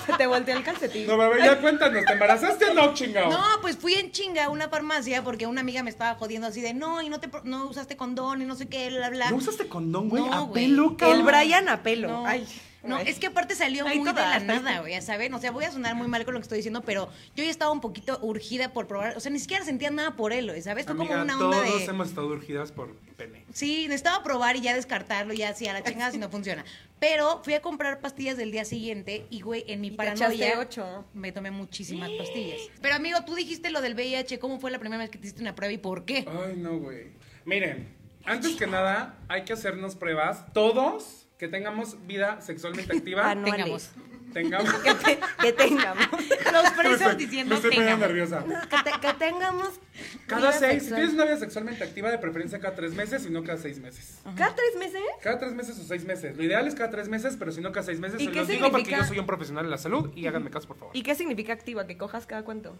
Speaker 3: Se te volteó el calcetín.
Speaker 2: No, bebé, ya cuéntanos, ¿te embarazaste o no, chingado?
Speaker 1: No, pues fui en chinga a una farmacia porque una amiga me estaba jodiendo así de no, y no te pro- no usaste condón y no sé qué, bla, bla.
Speaker 2: ¿No usaste condón, güey?
Speaker 1: No,
Speaker 2: a
Speaker 1: güey.
Speaker 2: pelo,
Speaker 3: El
Speaker 2: cabrón.
Speaker 3: Brian a pelo.
Speaker 1: No.
Speaker 3: Ay.
Speaker 1: No,
Speaker 3: Ay.
Speaker 1: es que aparte salió
Speaker 3: Ay,
Speaker 1: muy de la
Speaker 3: todas.
Speaker 1: nada, güey, ya saben. O sea, voy a sonar muy mal con lo que estoy diciendo, pero yo ya estaba un poquito urgida por probar. O sea, ni siquiera sentía nada por él, güey, ¿sabes? Fue
Speaker 2: Amiga,
Speaker 1: como una onda
Speaker 2: todos
Speaker 1: de.
Speaker 2: hemos estado urgidas por pene.
Speaker 1: Sí, necesitaba probar y ya descartarlo, ya así a la chingada si no funciona. Pero fui a comprar pastillas del día siguiente y, güey, en mi
Speaker 3: te
Speaker 1: paranoia
Speaker 3: echaste ocho.
Speaker 1: me tomé muchísimas pastillas. Pero, amigo, tú dijiste lo del VIH. ¿Cómo fue la primera vez que te hiciste una prueba y por qué?
Speaker 2: Ay, no, güey. Miren, antes que nada, hay que hacernos pruebas. Todos que tengamos vida sexualmente activa.
Speaker 3: Ah, no.
Speaker 1: Tengamos.
Speaker 2: Tengamos.
Speaker 3: Que, te- que tengamos.
Speaker 1: Los presos diciendo
Speaker 2: Me estoy poniendo
Speaker 1: tengamos.
Speaker 2: nerviosa.
Speaker 3: Que, te- que tengamos.
Speaker 2: Cada
Speaker 3: vida
Speaker 2: seis, si
Speaker 3: sexual.
Speaker 2: tienes una vida sexualmente activa, de preferencia cada tres meses y no cada seis meses.
Speaker 3: ¿Cada tres meses?
Speaker 2: Cada tres meses o seis meses. Lo ideal es cada tres meses, pero si no cada seis meses,
Speaker 3: ¿Y
Speaker 2: se
Speaker 3: qué
Speaker 2: los digo porque
Speaker 3: significa?
Speaker 2: yo soy un profesional de la salud y háganme caso, por favor.
Speaker 3: ¿Y qué significa activa? ¿Que cojas cada cuánto?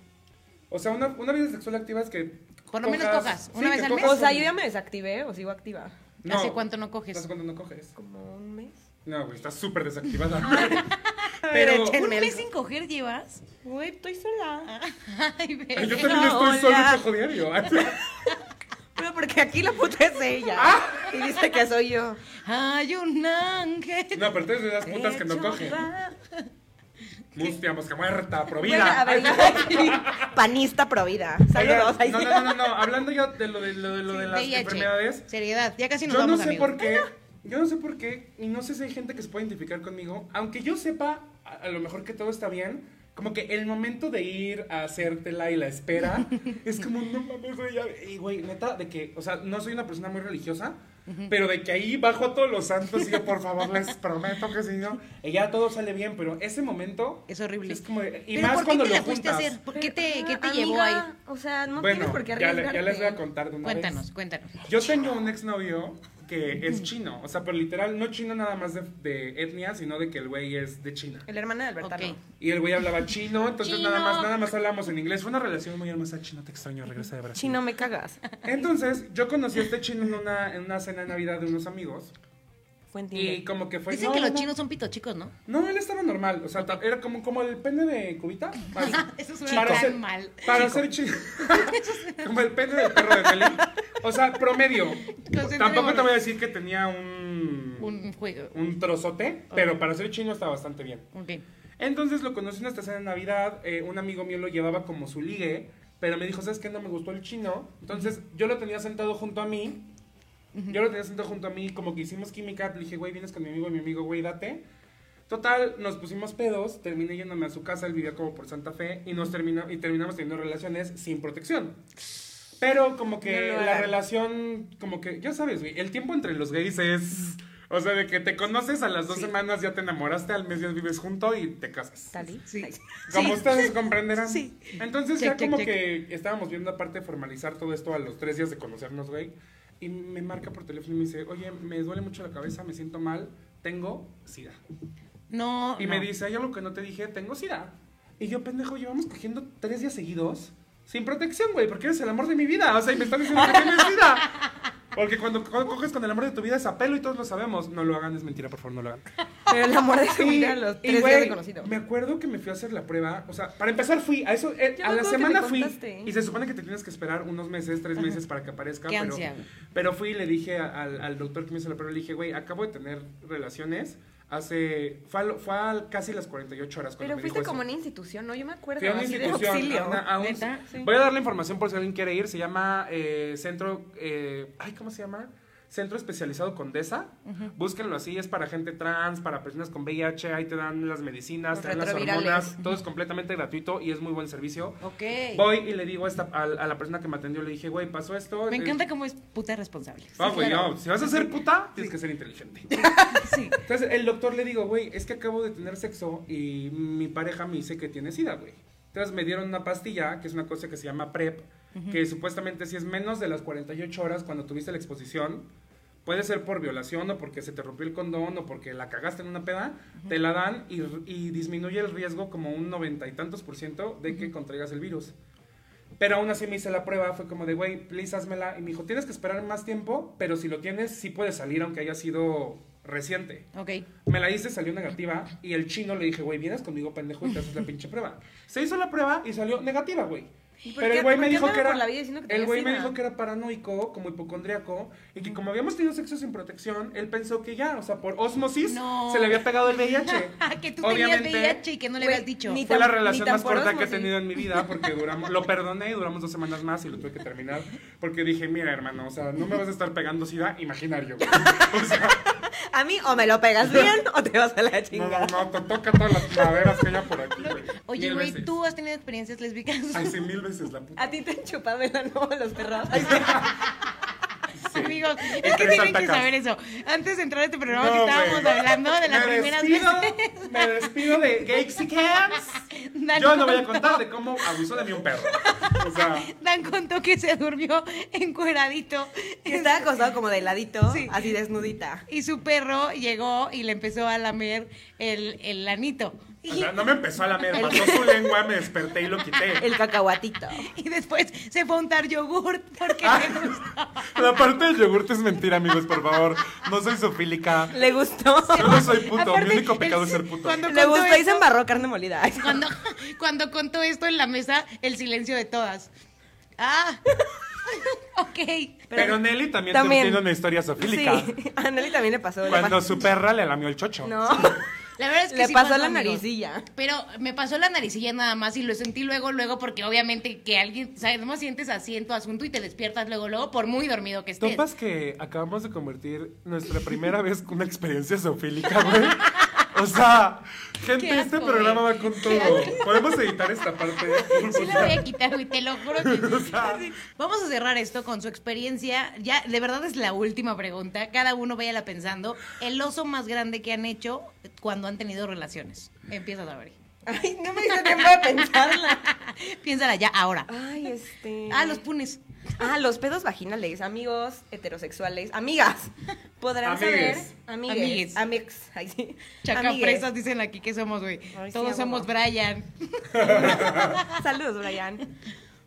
Speaker 2: O sea, una, una vida sexual activa es que.
Speaker 1: Por lo menos cojas, una vez
Speaker 2: que
Speaker 1: al mes.
Speaker 2: cojas
Speaker 3: O sea,
Speaker 2: un-
Speaker 3: yo ya me desactivé o sigo activa.
Speaker 1: ¿Hace cuánto no coges?
Speaker 2: ¿Hace cuánto no coges?
Speaker 3: Como un mes.
Speaker 2: No, güey, estás súper desactivada. Pero.
Speaker 1: ¿Un
Speaker 3: Tenme
Speaker 1: mes
Speaker 3: algo.
Speaker 1: sin coger llevas?
Speaker 3: Güey, estoy sola.
Speaker 1: Ay,
Speaker 2: Ay, yo
Speaker 1: bebé.
Speaker 2: también estoy
Speaker 3: Hola.
Speaker 2: solo y cojo diario.
Speaker 3: Pero porque aquí la puta es ella. Y dice que soy yo.
Speaker 1: Hay un ángel.
Speaker 2: No, pero tú eres de esas putas que no
Speaker 3: Hecho
Speaker 2: cogen.
Speaker 3: va-
Speaker 2: Mustia, mosca muerta,
Speaker 3: Bueno, a
Speaker 2: provida.
Speaker 3: ver, yo soy panista provida. Saludos.
Speaker 2: Oigan, No, no, no, no, no. Hablando ya de lo de, lo de, lo de las
Speaker 1: VIH.
Speaker 2: enfermedades.
Speaker 1: Seriedad, ya casi nos
Speaker 2: Yo no
Speaker 1: vamos,
Speaker 2: sé
Speaker 1: amigo.
Speaker 2: por qué. Yo no sé por qué. Y no sé si hay gente que se puede identificar conmigo. Aunque yo sepa, a, a lo mejor que todo está bien. Como que el momento de ir a hacértela y la espera es como, no mames, güey. ya- Y güey, neta, de que, o sea, no soy una persona muy religiosa, pero de que ahí bajo a todos los santos y yo, por favor, les prometo que si no, y ya todo sale bien, pero ese momento.
Speaker 1: Es horrible.
Speaker 2: Es como, de- y
Speaker 1: ¿Pero
Speaker 2: más
Speaker 1: por qué
Speaker 2: cuando
Speaker 1: te
Speaker 2: lo
Speaker 1: la fuiste a
Speaker 2: juntas.
Speaker 1: hacer? ¿Por qué te, qué te
Speaker 3: Amiga,
Speaker 1: llevó ahí?
Speaker 3: O sea, no
Speaker 2: bueno,
Speaker 3: tienes por qué
Speaker 2: ya, le-
Speaker 3: arriesgarte.
Speaker 2: ya les voy a contar de una vez.
Speaker 1: Cuéntanos, cuéntanos.
Speaker 2: Yo tengo un exnovio que es chino, o sea, pero literal, no chino nada más de, de etnia, sino de que el güey es de China.
Speaker 3: El hermano
Speaker 2: pues,
Speaker 3: de Albertano.
Speaker 1: Ok.
Speaker 2: Y el güey hablaba chino, entonces
Speaker 1: Chino.
Speaker 2: nada más nada más hablamos en inglés. Fue una relación muy hermosa, chino, te extraño, regresa de Brasil.
Speaker 3: Chino, me cagas.
Speaker 2: Entonces, yo conocí a este chino en una, en una cena de Navidad de unos amigos.
Speaker 3: Fue en Tinder.
Speaker 2: Y como que fue.
Speaker 1: Dicen que
Speaker 2: pues, no, no,
Speaker 1: los
Speaker 2: no.
Speaker 1: chinos son pito chicos, ¿no?
Speaker 2: No, él estaba normal. O sea, ta- era como, como el pene de cubita. Así.
Speaker 1: Eso suena
Speaker 2: Para
Speaker 1: tan
Speaker 2: ser-
Speaker 1: mal.
Speaker 2: Para ser chido. como el pene del perro de Nelly. O sea, promedio.
Speaker 1: Concentremos.
Speaker 2: Tampoco te voy a decir que tenía un.
Speaker 1: Un juego.
Speaker 2: un trozote, pero para ser chino está bastante bien.
Speaker 1: Ok.
Speaker 2: Entonces lo conocí en esta cena de Navidad, eh, un amigo mío lo llevaba como su ligue, pero me dijo, ¿sabes qué? No me gustó el chino. Entonces yo lo tenía sentado junto a mí, yo lo tenía sentado junto a mí, como que hicimos química, le dije, güey, vienes con mi amigo, mi amigo, güey, date. Total, nos pusimos pedos, terminé yéndome a su casa, él vivía como por Santa Fe, y, nos termina, y terminamos teniendo relaciones sin protección. Pero como que
Speaker 3: No lo
Speaker 2: la
Speaker 3: hagan.
Speaker 2: relación, como que, ya sabes, güey, el tiempo entre los gays es... O sea, de que te conoces a las dos semanas, ya te enamoraste, al mes ya vives junto y te casas.
Speaker 3: ¿Talí?
Speaker 1: Sí.
Speaker 3: Ay.
Speaker 2: Como ustedes comprenderán.
Speaker 1: Sí.
Speaker 2: Entonces
Speaker 1: Check,
Speaker 2: ya
Speaker 1: check,
Speaker 2: como
Speaker 1: check.
Speaker 2: que estábamos viendo aparte de formalizar todo esto a los tres días de conocernos, güey. Y me marca por teléfono y me dice, oye, me duele mucho la cabeza, me siento mal, tengo sida.
Speaker 1: No.
Speaker 2: Y
Speaker 1: no.
Speaker 2: me dice, hay algo que no te dije, tengo sida. Y yo, pendejo, llevamos cogiendo tres días seguidos sin protección, güey, porque eres el amor de mi vida. O sea, y me están diciendo que tienes sida. Porque cuando co- coges con el amor de tu vida es apelo y todos lo sabemos. No lo hagan, es mentira, por favor, no lo hagan.
Speaker 3: Pero el amor de su
Speaker 2: Y-
Speaker 3: vida a los
Speaker 2: y,
Speaker 3: tres
Speaker 2: güey,
Speaker 3: días de conocido.
Speaker 2: Me acuerdo que me fui a hacer la prueba. O sea, para empezar fui a eso. eh,
Speaker 3: Yo
Speaker 2: a
Speaker 3: me
Speaker 2: la
Speaker 3: acuerdo que
Speaker 2: semana
Speaker 3: me
Speaker 2: fui.
Speaker 3: contaste.
Speaker 2: Y se supone que te tienes que esperar unos meses, tres meses para que aparezca.
Speaker 1: Qué
Speaker 2: pero,
Speaker 1: ansia, güey.
Speaker 2: pero fui y le dije a- al, al doctor que me hizo la prueba, le dije, güey, acabo de tener relaciones. Hace. Fue a, lo- fue a casi las 48 horas. cuando
Speaker 3: Pero
Speaker 2: me
Speaker 3: fuiste
Speaker 2: dijo
Speaker 3: como
Speaker 2: eso.
Speaker 3: una institución, ¿no? Yo me acuerdo.
Speaker 2: Fui a una
Speaker 3: así de
Speaker 2: institución.
Speaker 3: auxilio.
Speaker 2: a una- a un-
Speaker 1: ¿Neta?
Speaker 3: Sí.
Speaker 2: Voy a dar la información por si alguien quiere ir. Se llama eh, Centro. eh, ay, ¿cómo se llama? Centro Especializado Condesa. Búsquenlo así. Es para gente trans, para personas con VIH. Ahí te dan las medicinas,
Speaker 3: Los
Speaker 2: te dan las
Speaker 3: retrovirales.
Speaker 2: hormonas. Todo es completamente gratuito y es muy buen servicio.
Speaker 1: Ok.
Speaker 2: Voy y le digo a, esta- a- a la persona que me atendió, le dije, güey, pasó esto.
Speaker 1: Me
Speaker 2: eh,
Speaker 1: encanta cómo es puta responsable.
Speaker 2: Ah, güey, no, si vas a ser puta, tienes que ser inteligente.
Speaker 1: Sí.
Speaker 2: Entonces el doctor le digo, güey, es que acabo de tener sexo y mi pareja me dice que tiene sida, güey. Entonces me dieron una pastilla, que es una cosa que se llama PrEP, que supuestamente si es menos de las 48 horas cuando tuviste la exposición, puede ser por violación o porque se te rompió el condón o porque la cagaste en una peda, te la dan y, y disminuye el riesgo como un noventa y tantos por ciento de que contraigas el virus. Pero aún así me hice la prueba, fue como de, güey, please házmela. Y me dijo, tienes que esperar más tiempo, pero si lo tienes, sí puede salir aunque haya sido reciente.
Speaker 1: Ok.
Speaker 2: Me la hice, salió negativa. Y el chino le dije, güey, vienes conmigo, pendejo, y te haces la pinche prueba. Se hizo la prueba y salió negativa, güey.
Speaker 3: por
Speaker 2: Pero
Speaker 3: qué-
Speaker 2: el güey
Speaker 3: por
Speaker 2: me
Speaker 3: qué
Speaker 2: dijo
Speaker 3: andan
Speaker 2: que era.
Speaker 3: por la vida diciendo que
Speaker 2: el
Speaker 3: tenía
Speaker 2: güey me
Speaker 3: sida?
Speaker 2: dijo que era paranoico, como hipocondriaco, y que como habíamos tenido sexo sin protección, él pensó que ya, o sea, por osmosis
Speaker 1: No.
Speaker 2: se le había pegado el VIH.
Speaker 1: Ah, que tú tenías VIH y que no le
Speaker 3: Güey,
Speaker 1: habías dicho.
Speaker 3: ni-
Speaker 2: Fue la
Speaker 3: tan-
Speaker 2: relación
Speaker 3: tan
Speaker 2: más
Speaker 3: por
Speaker 2: corta que he
Speaker 3: osmosis.
Speaker 2: tenido en mi vida porque duramos, lo perdoné y duramos dos semanas más y lo tuve que terminar porque dije, mira hermano, o sea, no me vas a estar pegando sida imaginario. güey. O sea,
Speaker 3: A mí o me lo pegas bien o te vas a la
Speaker 2: no,
Speaker 3: chingada.
Speaker 2: no, no, te toca todas las maderas que haya por aquí, güey.
Speaker 1: Oye,
Speaker 2: Mil
Speaker 1: güey,
Speaker 2: veces. Ah,
Speaker 1: ¿tú has tenido experiencias lésbicas?
Speaker 2: Ay, sí, mil veces la puta.
Speaker 3: A ti te han chupado el ano los perros.
Speaker 2: Sí.
Speaker 1: Amigos, es que
Speaker 2: Entre
Speaker 1: tienen que
Speaker 2: santacas.
Speaker 1: saber eso. Antes de entrar a este programa que
Speaker 2: No,
Speaker 1: estábamos
Speaker 2: güey.
Speaker 1: hablando de las
Speaker 2: me
Speaker 1: primeras
Speaker 2: despido,
Speaker 1: veces.
Speaker 2: Me despido de Gexicans.
Speaker 1: Dan
Speaker 2: Yo no voy a
Speaker 1: contó-
Speaker 2: contar de cómo abusó de mí un perro. O sea,
Speaker 1: Dan contó que se durmió encueradito
Speaker 3: Que estaba acostado como de ladito,
Speaker 1: Sí.
Speaker 3: así desnudita.
Speaker 1: y su perro llegó y le empezó a lamer el, el anito.
Speaker 2: o
Speaker 1: Y,
Speaker 2: sea, no me empezó a lamer, pasó su lengua, me desperté y lo quité.
Speaker 3: El cacahuatito.
Speaker 1: y después se fue a untar yogurt porque
Speaker 2: Ah.
Speaker 1: le gustaba.
Speaker 2: La parte del yogurte es mentira, amigos, por favor. No soy sofílica.
Speaker 3: Le gustó.
Speaker 2: Yo no soy puto.
Speaker 1: Aparte,
Speaker 2: Mi único pecado
Speaker 1: él-
Speaker 2: es ser puto.
Speaker 1: cuando-
Speaker 3: Le
Speaker 1: contó
Speaker 3: gustó y
Speaker 1: eso.
Speaker 3: se embarró carne molida.
Speaker 1: Cuando, cuando contó esto en la mesa, el silencio de todas. Ah, ok.
Speaker 2: Pero Nelly también, te-
Speaker 3: También.
Speaker 2: tiene una historia sofílica.
Speaker 3: Sí, a Nelly también le pasó. le
Speaker 2: Cuando
Speaker 3: pasó-
Speaker 2: su perra le lamió el chocho.
Speaker 3: No,
Speaker 1: La verdad es que
Speaker 3: le
Speaker 1: sí
Speaker 3: pasó la
Speaker 1: amigos.
Speaker 3: naricilla.
Speaker 1: Pero me pasó la naricilla nada más y lo sentí luego, luego, porque obviamente que alguien, o sea, nomás sientes asiento, asunto y te despiertas luego, luego, por muy dormido que estés.
Speaker 2: Topas que acabamos de convertir nuestra primera vez con una experiencia zoofílica, güey. O sea, gente,
Speaker 1: Qué asco,
Speaker 2: este programa
Speaker 1: güey.
Speaker 2: va con todo. Podemos editar esta parte.
Speaker 1: Sí la voy a quitar, güey, te lo juro que sí. Sí. Vamos a cerrar esto con su experiencia. Ya, de verdad es la última pregunta. Cada uno váyala pensando. El oso más grande que han hecho cuando han tenido relaciones. Empieza a ver.
Speaker 3: Ay, no me dio tiempo de pensarla.
Speaker 1: Piénsala ya, ahora.
Speaker 3: Ay, este.
Speaker 1: Ah, los punes.
Speaker 3: Ah, los pedos vaginales, amigos heterosexuales, amigas. Podrán
Speaker 2: Amigues.
Speaker 3: saber. Amigues.
Speaker 1: Amigues.
Speaker 3: Amix. Ay, sí. Amigues.
Speaker 1: Chacapresas dicen aquí que somos, güey.
Speaker 3: Ay, sí,
Speaker 1: Todos
Speaker 3: a
Speaker 1: somos
Speaker 3: huevo.
Speaker 1: Brian.
Speaker 3: Saludos, Brian.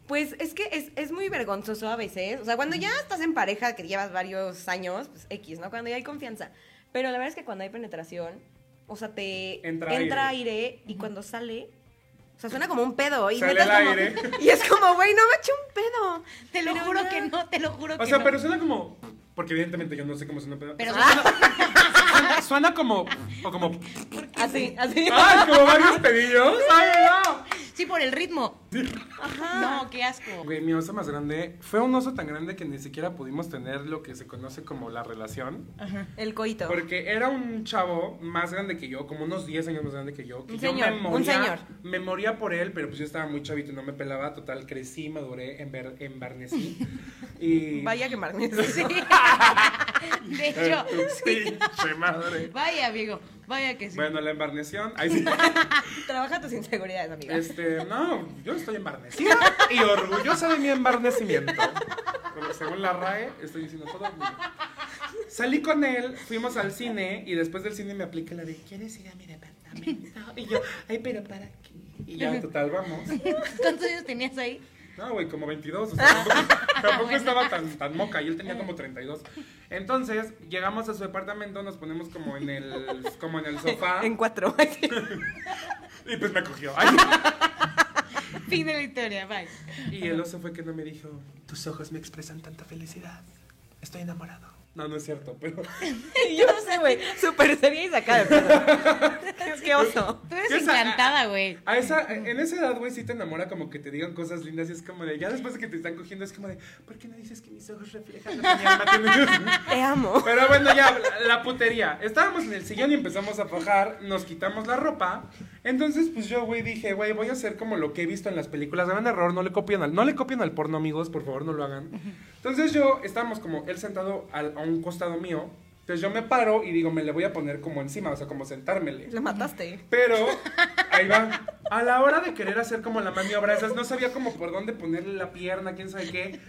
Speaker 3: Pues es que es, es muy vergonzoso a veces. O sea, cuando ya estás en pareja, que llevas varios años, pues X, ¿no? Cuando ya hay confianza. Pero la verdad es que cuando hay penetración, o sea, te
Speaker 2: Entra
Speaker 3: aire, y cuando sale, o sea, suena como un pedo. Y,
Speaker 2: Sale
Speaker 3: neta es
Speaker 2: el
Speaker 3: como-
Speaker 2: aire.
Speaker 3: y es como, güey, no me eché un pedo.
Speaker 1: Te lo
Speaker 3: Pero
Speaker 1: juro
Speaker 3: no.
Speaker 1: que no, te lo juro
Speaker 2: O
Speaker 1: que
Speaker 2: sea,
Speaker 1: no.
Speaker 2: pero suena como. Porque evidentemente yo no sé cómo suena. Pero,
Speaker 1: Pero-
Speaker 2: Ah, suena, suena como. O como.
Speaker 3: Así, así.
Speaker 2: ¡Ay, como varios pedillos! ¡Ay, no!
Speaker 1: Sí, por el ritmo. No, qué asco.
Speaker 2: Güey, mi oso más grande fue un oso tan grande que ni siquiera pudimos tener lo que se conoce como la relación.
Speaker 3: El coito.
Speaker 2: Porque era un chavo más grande que yo, como unos 10 años más grande que yo. Que
Speaker 3: Un
Speaker 2: yo
Speaker 3: señor,
Speaker 2: me
Speaker 3: un
Speaker 2: moría,
Speaker 3: señor.
Speaker 2: Me moría por él, pero pues yo estaba muy chavito y no me pelaba. Total, crecí, maduré, embar- embarnecí. y...
Speaker 3: Vaya que marnes.
Speaker 1: Sí. De hecho, sí.
Speaker 2: Pinche madre.
Speaker 1: Vaya, amigo, vaya que sí.
Speaker 2: Bueno, la embarneción. Ahí sí.
Speaker 3: Trabaja tus inseguridades, amiga.
Speaker 2: Este, no, yo estoy embarnecida y orgullosa de mi embarnecimiento. Bueno, según la RAE, estoy diciendo todo. bien. Salí con él, fuimos al cine y después del cine me aplica la de ¿Quieres ir a mi departamento? Y yo, ay, pero ¿para qué? Y ya, total, vamos.
Speaker 1: ¿Cuántos años tenías ahí?
Speaker 2: No, güey, como 22. O sea, tampoco, tampoco estaba tan, tan moca. Y él tenía como 32. Entonces, llegamos a su departamento, nos ponemos como en el, como en el sofá.
Speaker 3: En cuatro.
Speaker 2: Y pues me cogió. Ay.
Speaker 1: Fin de la historia, bye.
Speaker 2: Y el oso fue que no me dijo, tus ojos me expresan tanta felicidad. Estoy enamorado. No, no es cierto, pero...
Speaker 3: Y yo no sé, güey. Súper seria y sacada de pedo. Es que oso.
Speaker 1: Tú eres
Speaker 2: Yo esa-
Speaker 1: encantada, güey.
Speaker 2: A esa, en esa edad, güey, sí te enamora como que te digan cosas lindas y es como de, ya después de que te están cogiendo es como de, ¿por qué no dices que mis ojos reflejan lo que mi alma tiene?"
Speaker 3: Te amo.
Speaker 2: Pero bueno, ya, la, la putería. Estábamos en el sillón y empezamos a fajar, nos quitamos la ropa. Entonces, pues yo, güey, dije, güey, voy a hacer como lo que he visto en las películas. Gran error, no le copian al, no le copian al porno, amigos, por favor, no lo hagan. Entonces yo, estábamos como él sentado al- a un costado mío. Entonces yo me paro y digo, me le voy a poner como encima, o sea, como sentármele.
Speaker 3: Lo mataste.
Speaker 2: Pero, ahí va. A la hora de querer hacer como la maniobra, esas no sabía como por dónde ponerle la pierna, quién sabe qué.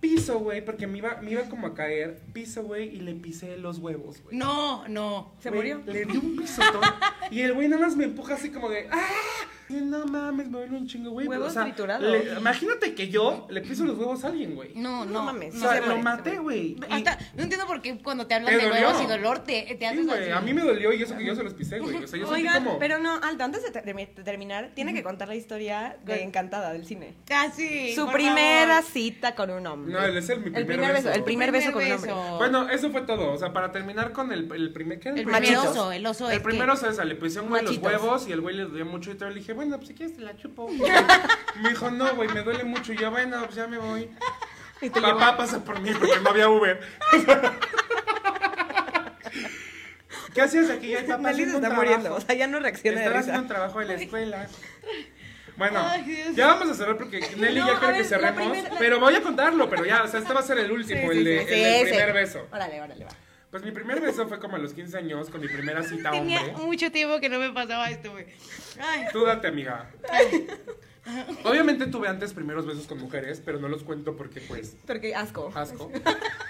Speaker 2: Piso, güey, porque me iba, me iba como a caer. Piso, güey, y le pisé los huevos, güey.
Speaker 1: No, no.
Speaker 3: Se
Speaker 2: Güey,
Speaker 3: murió.
Speaker 2: Le di un pisotón. y el güey nada más me empuja así como de. ¡Ah! Y No mames, me duele un chingo, güey.
Speaker 3: Huevos
Speaker 2: o sea,
Speaker 3: triturados.
Speaker 2: le- imagínate que yo le piso los huevos a alguien, güey.
Speaker 1: No, no,
Speaker 3: No mames.
Speaker 2: o
Speaker 1: no
Speaker 2: sea,
Speaker 1: se
Speaker 2: lo
Speaker 1: muere.
Speaker 2: maté, güey. Y-
Speaker 1: Hasta, no entiendo por qué cuando te hablan
Speaker 2: Te
Speaker 1: de huevos y
Speaker 2: dolió.
Speaker 1: dolor te, te
Speaker 2: Sí,
Speaker 1: haces
Speaker 2: güey,
Speaker 1: así.
Speaker 2: a mí me dolió y eso que yo se los pisé, güey. O sea, yo sentí
Speaker 3: Oigan,
Speaker 2: como...
Speaker 3: Oh pero no, Aldo, antes de, termi- de terminar, tiene que contar la historia de
Speaker 1: ¿Cuál?
Speaker 3: Encantada del cine.
Speaker 1: Casi.
Speaker 3: Su
Speaker 1: por
Speaker 3: primera
Speaker 1: favor.
Speaker 3: cita con un hombre.
Speaker 2: No, él es el, mi
Speaker 3: El primer beso, el primer beso con un hombre.
Speaker 1: beso.
Speaker 2: Bueno, eso fue todo. O sea, para terminar con el, el primer... ¿qué era
Speaker 1: El
Speaker 2: primer
Speaker 1: primer
Speaker 3: machitos.
Speaker 1: oso, el oso
Speaker 2: El
Speaker 1: es
Speaker 2: primero,
Speaker 1: que-
Speaker 2: ¿sabes? Le puse un güey los
Speaker 3: Machitos.
Speaker 2: huevos y el güey le dolía mucho y todo. Le dije, bueno, pues si quieres te la chupo. me dijo, no, güey, me duele mucho. Y yo, bueno, pues ya me voy.
Speaker 3: Y te llevó-
Speaker 2: Papá pasa por mí porque no había Uber. ¿Qué hacías aquí? Ya, papá,
Speaker 3: Nelly se
Speaker 2: haciendo un
Speaker 3: está
Speaker 2: trabajo.
Speaker 3: muriendo, o sea, ya no reacciona de
Speaker 2: Estaba
Speaker 3: risa.
Speaker 2: haciendo un trabajo de la escuela. Bueno,
Speaker 1: Ay, Dios.
Speaker 2: ya vamos a cerrar porque Nelly
Speaker 3: No,
Speaker 2: ya
Speaker 3: a
Speaker 2: quiere que
Speaker 3: ver, la
Speaker 2: cerremos.
Speaker 3: primera-
Speaker 2: Pero voy a contarlo, pero ya, o sea, este va a ser el último, el, de- el del
Speaker 3: ese.
Speaker 2: primer beso.
Speaker 3: Órale, órale, va.
Speaker 2: Pues mi primer beso fue como a los 15 años con mi primera cita
Speaker 1: Tenía
Speaker 2: hombre.
Speaker 1: mucho tiempo que no me pasaba esto, güey. Ay.
Speaker 2: Tú date, amiga. Obviamente tuve antes primeros besos con mujeres, pero no los cuento porque, pues,
Speaker 3: Porque asco.
Speaker 2: asco.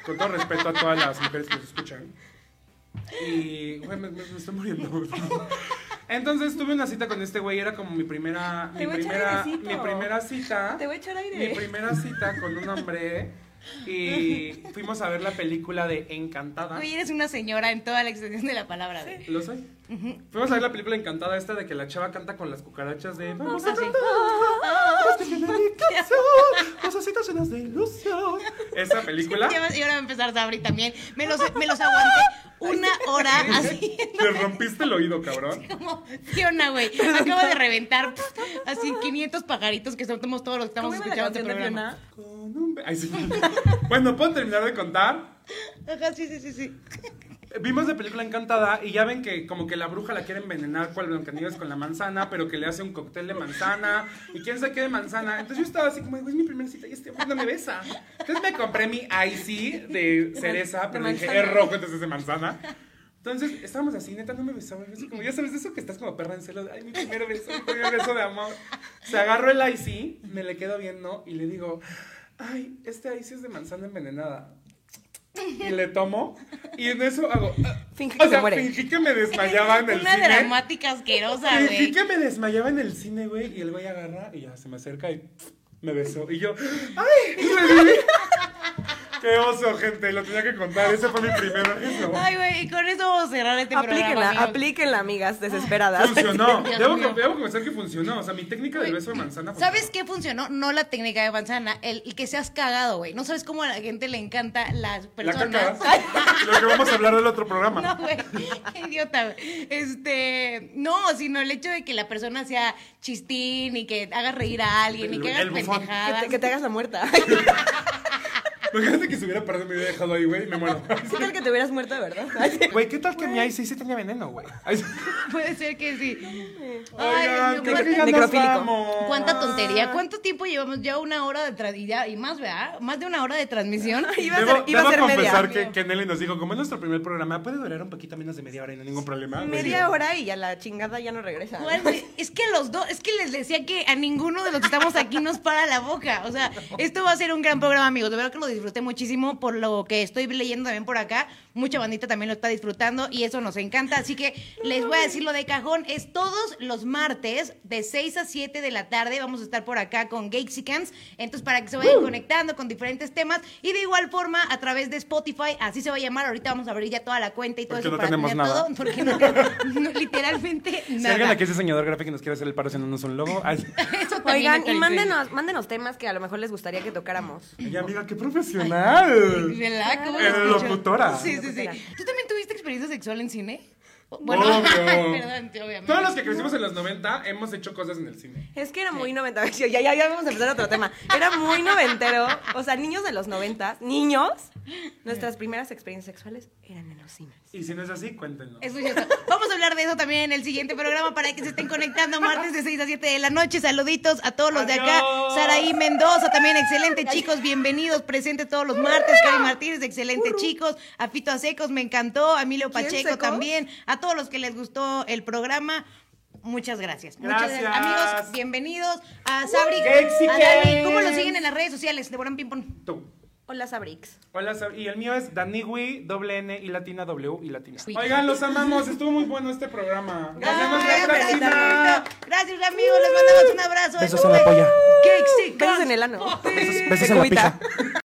Speaker 2: Con todo respeto a todas las mujeres que nos escuchan. Y, güey, me, me- me estoy muriendo. Entonces tuve una cita con este güey, era como mi primera,
Speaker 3: Te
Speaker 2: mi
Speaker 3: voy a echar
Speaker 2: primera,
Speaker 3: airecito.
Speaker 2: mi primera cita.
Speaker 3: Te voy a echar aire.
Speaker 2: Mi primera cita con un hombre y fuimos a ver la película de
Speaker 3: Ah.
Speaker 2: Encantada.
Speaker 1: Güey, eres una señora en toda la extensión de la palabra, güey.
Speaker 2: Lo soy. Fuimos a ver la película encantada esta de que la chava canta con las cucarachas de Vamos a
Speaker 1: Ah, sí.
Speaker 2: cantar, vamos a tener ilusión, cosas llenas de ilusión. Esa película
Speaker 3: ¿Ah?
Speaker 1: Ya vas- Y ahora va a empezar Sabri también. Me los, me los aguanté una hora así.
Speaker 2: le rompiste el oído, cabrón.
Speaker 1: Como Fiona, güey. Acaba de reventar pf, así 500 pajaritos que somos todos los que estamos
Speaker 3: ¿Cómo iba la
Speaker 1: escuchando este
Speaker 3: canción de
Speaker 1: programa.
Speaker 3: Fiona?
Speaker 2: Con un be- Ay, sí. Bueno, ¿puedo terminar de contar?
Speaker 1: Ajá, sí, sí, sí, sí.
Speaker 2: Vimos la película Encantada y ya ven que como que la bruja la quiere envenenar cual Blancanieves con la manzana, pero que le hace un cóctel de manzana y quién sabe qué de manzana. Entonces yo estaba así como, güey, es mi primera cita y este güey no me besa. Entonces me compré mi IC de cereza, pero
Speaker 3: de
Speaker 2: dije,
Speaker 3: manzana.
Speaker 2: es rojo, entonces es de manzana. Entonces estábamos así, neta, no me besaba. Yo así como, ya sabes, eso que estás como perra en celo, de, ay, mi primer beso, mi primer beso de amor. Se agarró el IC, me le quedo viendo y le digo, ay, este IC es de manzana envenenada y le tomo y en eso hago ah,
Speaker 3: Fingí
Speaker 2: o
Speaker 3: que se
Speaker 2: sea,
Speaker 3: muere.
Speaker 2: fingí que me desmayaba en el
Speaker 1: Una
Speaker 2: cine
Speaker 1: dramática asquerosa,
Speaker 2: fingí
Speaker 1: güey.
Speaker 2: que me desmayaba en el cine güey y el güey agarra y ya se me acerca y pf, me besó y yo ay y reviví. qué oso gente lo tenía que contar ese fue mi primer beso
Speaker 1: Ay, güey, y con eso vamos a cerrar este programa.
Speaker 3: Aplíquenla,
Speaker 1: amigos.
Speaker 3: aplíquenla, amigas desesperadas.
Speaker 2: funcionó
Speaker 1: Dios
Speaker 2: debo,
Speaker 1: mío.
Speaker 2: que- debo confesar que funcionó o sea mi técnica
Speaker 1: Güey,
Speaker 2: del beso de manzana funcionó.
Speaker 1: ¿Sabes qué funcionó? No la técnica de manzana, el, el que seas cagado, güey. No sabes cómo a la gente le encanta las
Speaker 2: la
Speaker 1: personas.
Speaker 2: caca lo que vamos a hablar del otro programa
Speaker 1: eh? No, güey, qué idiota. güey. Este, no, sino el hecho de que la persona sea chistín y que haga reír a alguien y
Speaker 2: El-
Speaker 1: que hagas
Speaker 2: el bufón.
Speaker 3: Que
Speaker 1: pendejadas.
Speaker 3: te, que te hagas la muerta.
Speaker 2: imagínate que se hubiera parado y me hubiera dejado ahí güey y me muero
Speaker 3: ¿Qué tal que te hubieras muerto de verdad?
Speaker 2: Ah,
Speaker 3: Ay, sí.
Speaker 2: güey qué tal que mi ahí sí tenía veneno güey Ay, sí.
Speaker 1: Puede ser que sí. Ay,
Speaker 2: Oigan,
Speaker 1: Dios mío,
Speaker 2: creo que ya
Speaker 1: cuánta-
Speaker 2: nos
Speaker 3: necrofílico.
Speaker 2: vamos.
Speaker 1: Cuánta tontería. ¿Cuánto tiempo llevamos? Ya una hora de tra- y ya- y más, ¿verdad? Más de una hora de transmisión.
Speaker 3: Iba a
Speaker 2: Debo,
Speaker 3: ser, iba a
Speaker 2: debo
Speaker 3: ser
Speaker 2: confesar
Speaker 3: media.
Speaker 2: que, que Nelly nos dijo, como es nuestro primer programa, puede durar un poquito menos de media hora y no hay ningún problema.
Speaker 3: Media hora y ya la chingada ya no regresa.
Speaker 1: ¿Cuál de- Es que los dos, es que les decía que a ninguno de los que estamos aquí nos para la boca. O sea, esto va a ser un gran programa, amigos. De verdad que lo disfruté muchísimo por lo que estoy leyendo también por acá. Mucha bandita también lo está disfrutando y eso nos encanta. Así que les voy a decir lo de cajón. Es todos los martes de 6 a 7 de la tarde. Vamos a estar por acá con Gexicans. Entonces, para que se vayan conectando con diferentes temas y de igual forma a través de Spotify, así se va a llamar. Ahorita vamos a abrir ya toda la cuenta y todo
Speaker 2: Porque
Speaker 1: eso
Speaker 2: no
Speaker 1: para
Speaker 2: tenemos
Speaker 1: tener
Speaker 2: nada.
Speaker 1: todo, porque no, no, literalmente
Speaker 2: Si
Speaker 1: nada.
Speaker 2: alguien aquí es diseñador gráfico y nos quiere hacer el paro haciéndonos un logo. ay.
Speaker 1: Eso también
Speaker 3: Oigan,
Speaker 1: está
Speaker 3: y
Speaker 1: bien.
Speaker 3: mándenos, mándenos temas que a lo mejor les gustaría que tocáramos.
Speaker 2: Oye, amiga, qué profesional.
Speaker 1: ¿Verdad? ¿Cómo lo
Speaker 2: Eres
Speaker 1: ah, escucho?
Speaker 2: locutora.
Speaker 1: Sí, sí, sí.
Speaker 3: Locutora.
Speaker 1: ¿Tú también tuviste experiencia sexual en cine?
Speaker 2: Obvio.
Speaker 1: perdón, sí, obviamente.
Speaker 2: Todos los que crecimos en los 90 hemos hecho cosas en el cine.
Speaker 3: Es que era muy noventero. Ya, ya, ya vamos a empezar otro tema. Era muy noventero. O sea, niños de los noventas, niños, nuestras primeras experiencias sexuales eran en los cines.
Speaker 2: Y si no es así, cuéntenos.
Speaker 1: Eso es cierto. Vamos a hablar de eso también en el siguiente programa para que se estén conectando martes de 6 a 7 de la noche. Saluditos a todos los de acá.
Speaker 2: Adiós.
Speaker 1: Saraí Mendoza también, excelente chicos, bienvenidos, presente todos los martes. Cari Martínez, excelente chicos. A Fito Secos, me encantó. A Emilio
Speaker 3: ¿Quién,
Speaker 1: Pacheco
Speaker 3: Secos?
Speaker 1: también. A todos los que les gustó el programa. Muchas gracias. Muchas
Speaker 2: Gracias.
Speaker 1: Amigos, bienvenidos a Sabri.
Speaker 2: Gexicans.
Speaker 1: A Dani. ¿Cómo lo siguen en las redes sociales? De Borán Pimpón.
Speaker 2: Tú.
Speaker 3: Hola Sabrix.
Speaker 2: Hola, Sab- y el mío es Daniwi, doble N y latina W y latina.
Speaker 1: Sí.
Speaker 2: Oigan, los amamos, estuvo muy bueno este programa. Nos vemos
Speaker 1: Ay,
Speaker 2: la próxima.
Speaker 1: perfecto. Ah, Gracias, amigos. Les mandamos un abrazo.
Speaker 4: Besos en la polla.
Speaker 1: Qué exitoso.
Speaker 3: Besos en el ano.
Speaker 4: Besos en la pija.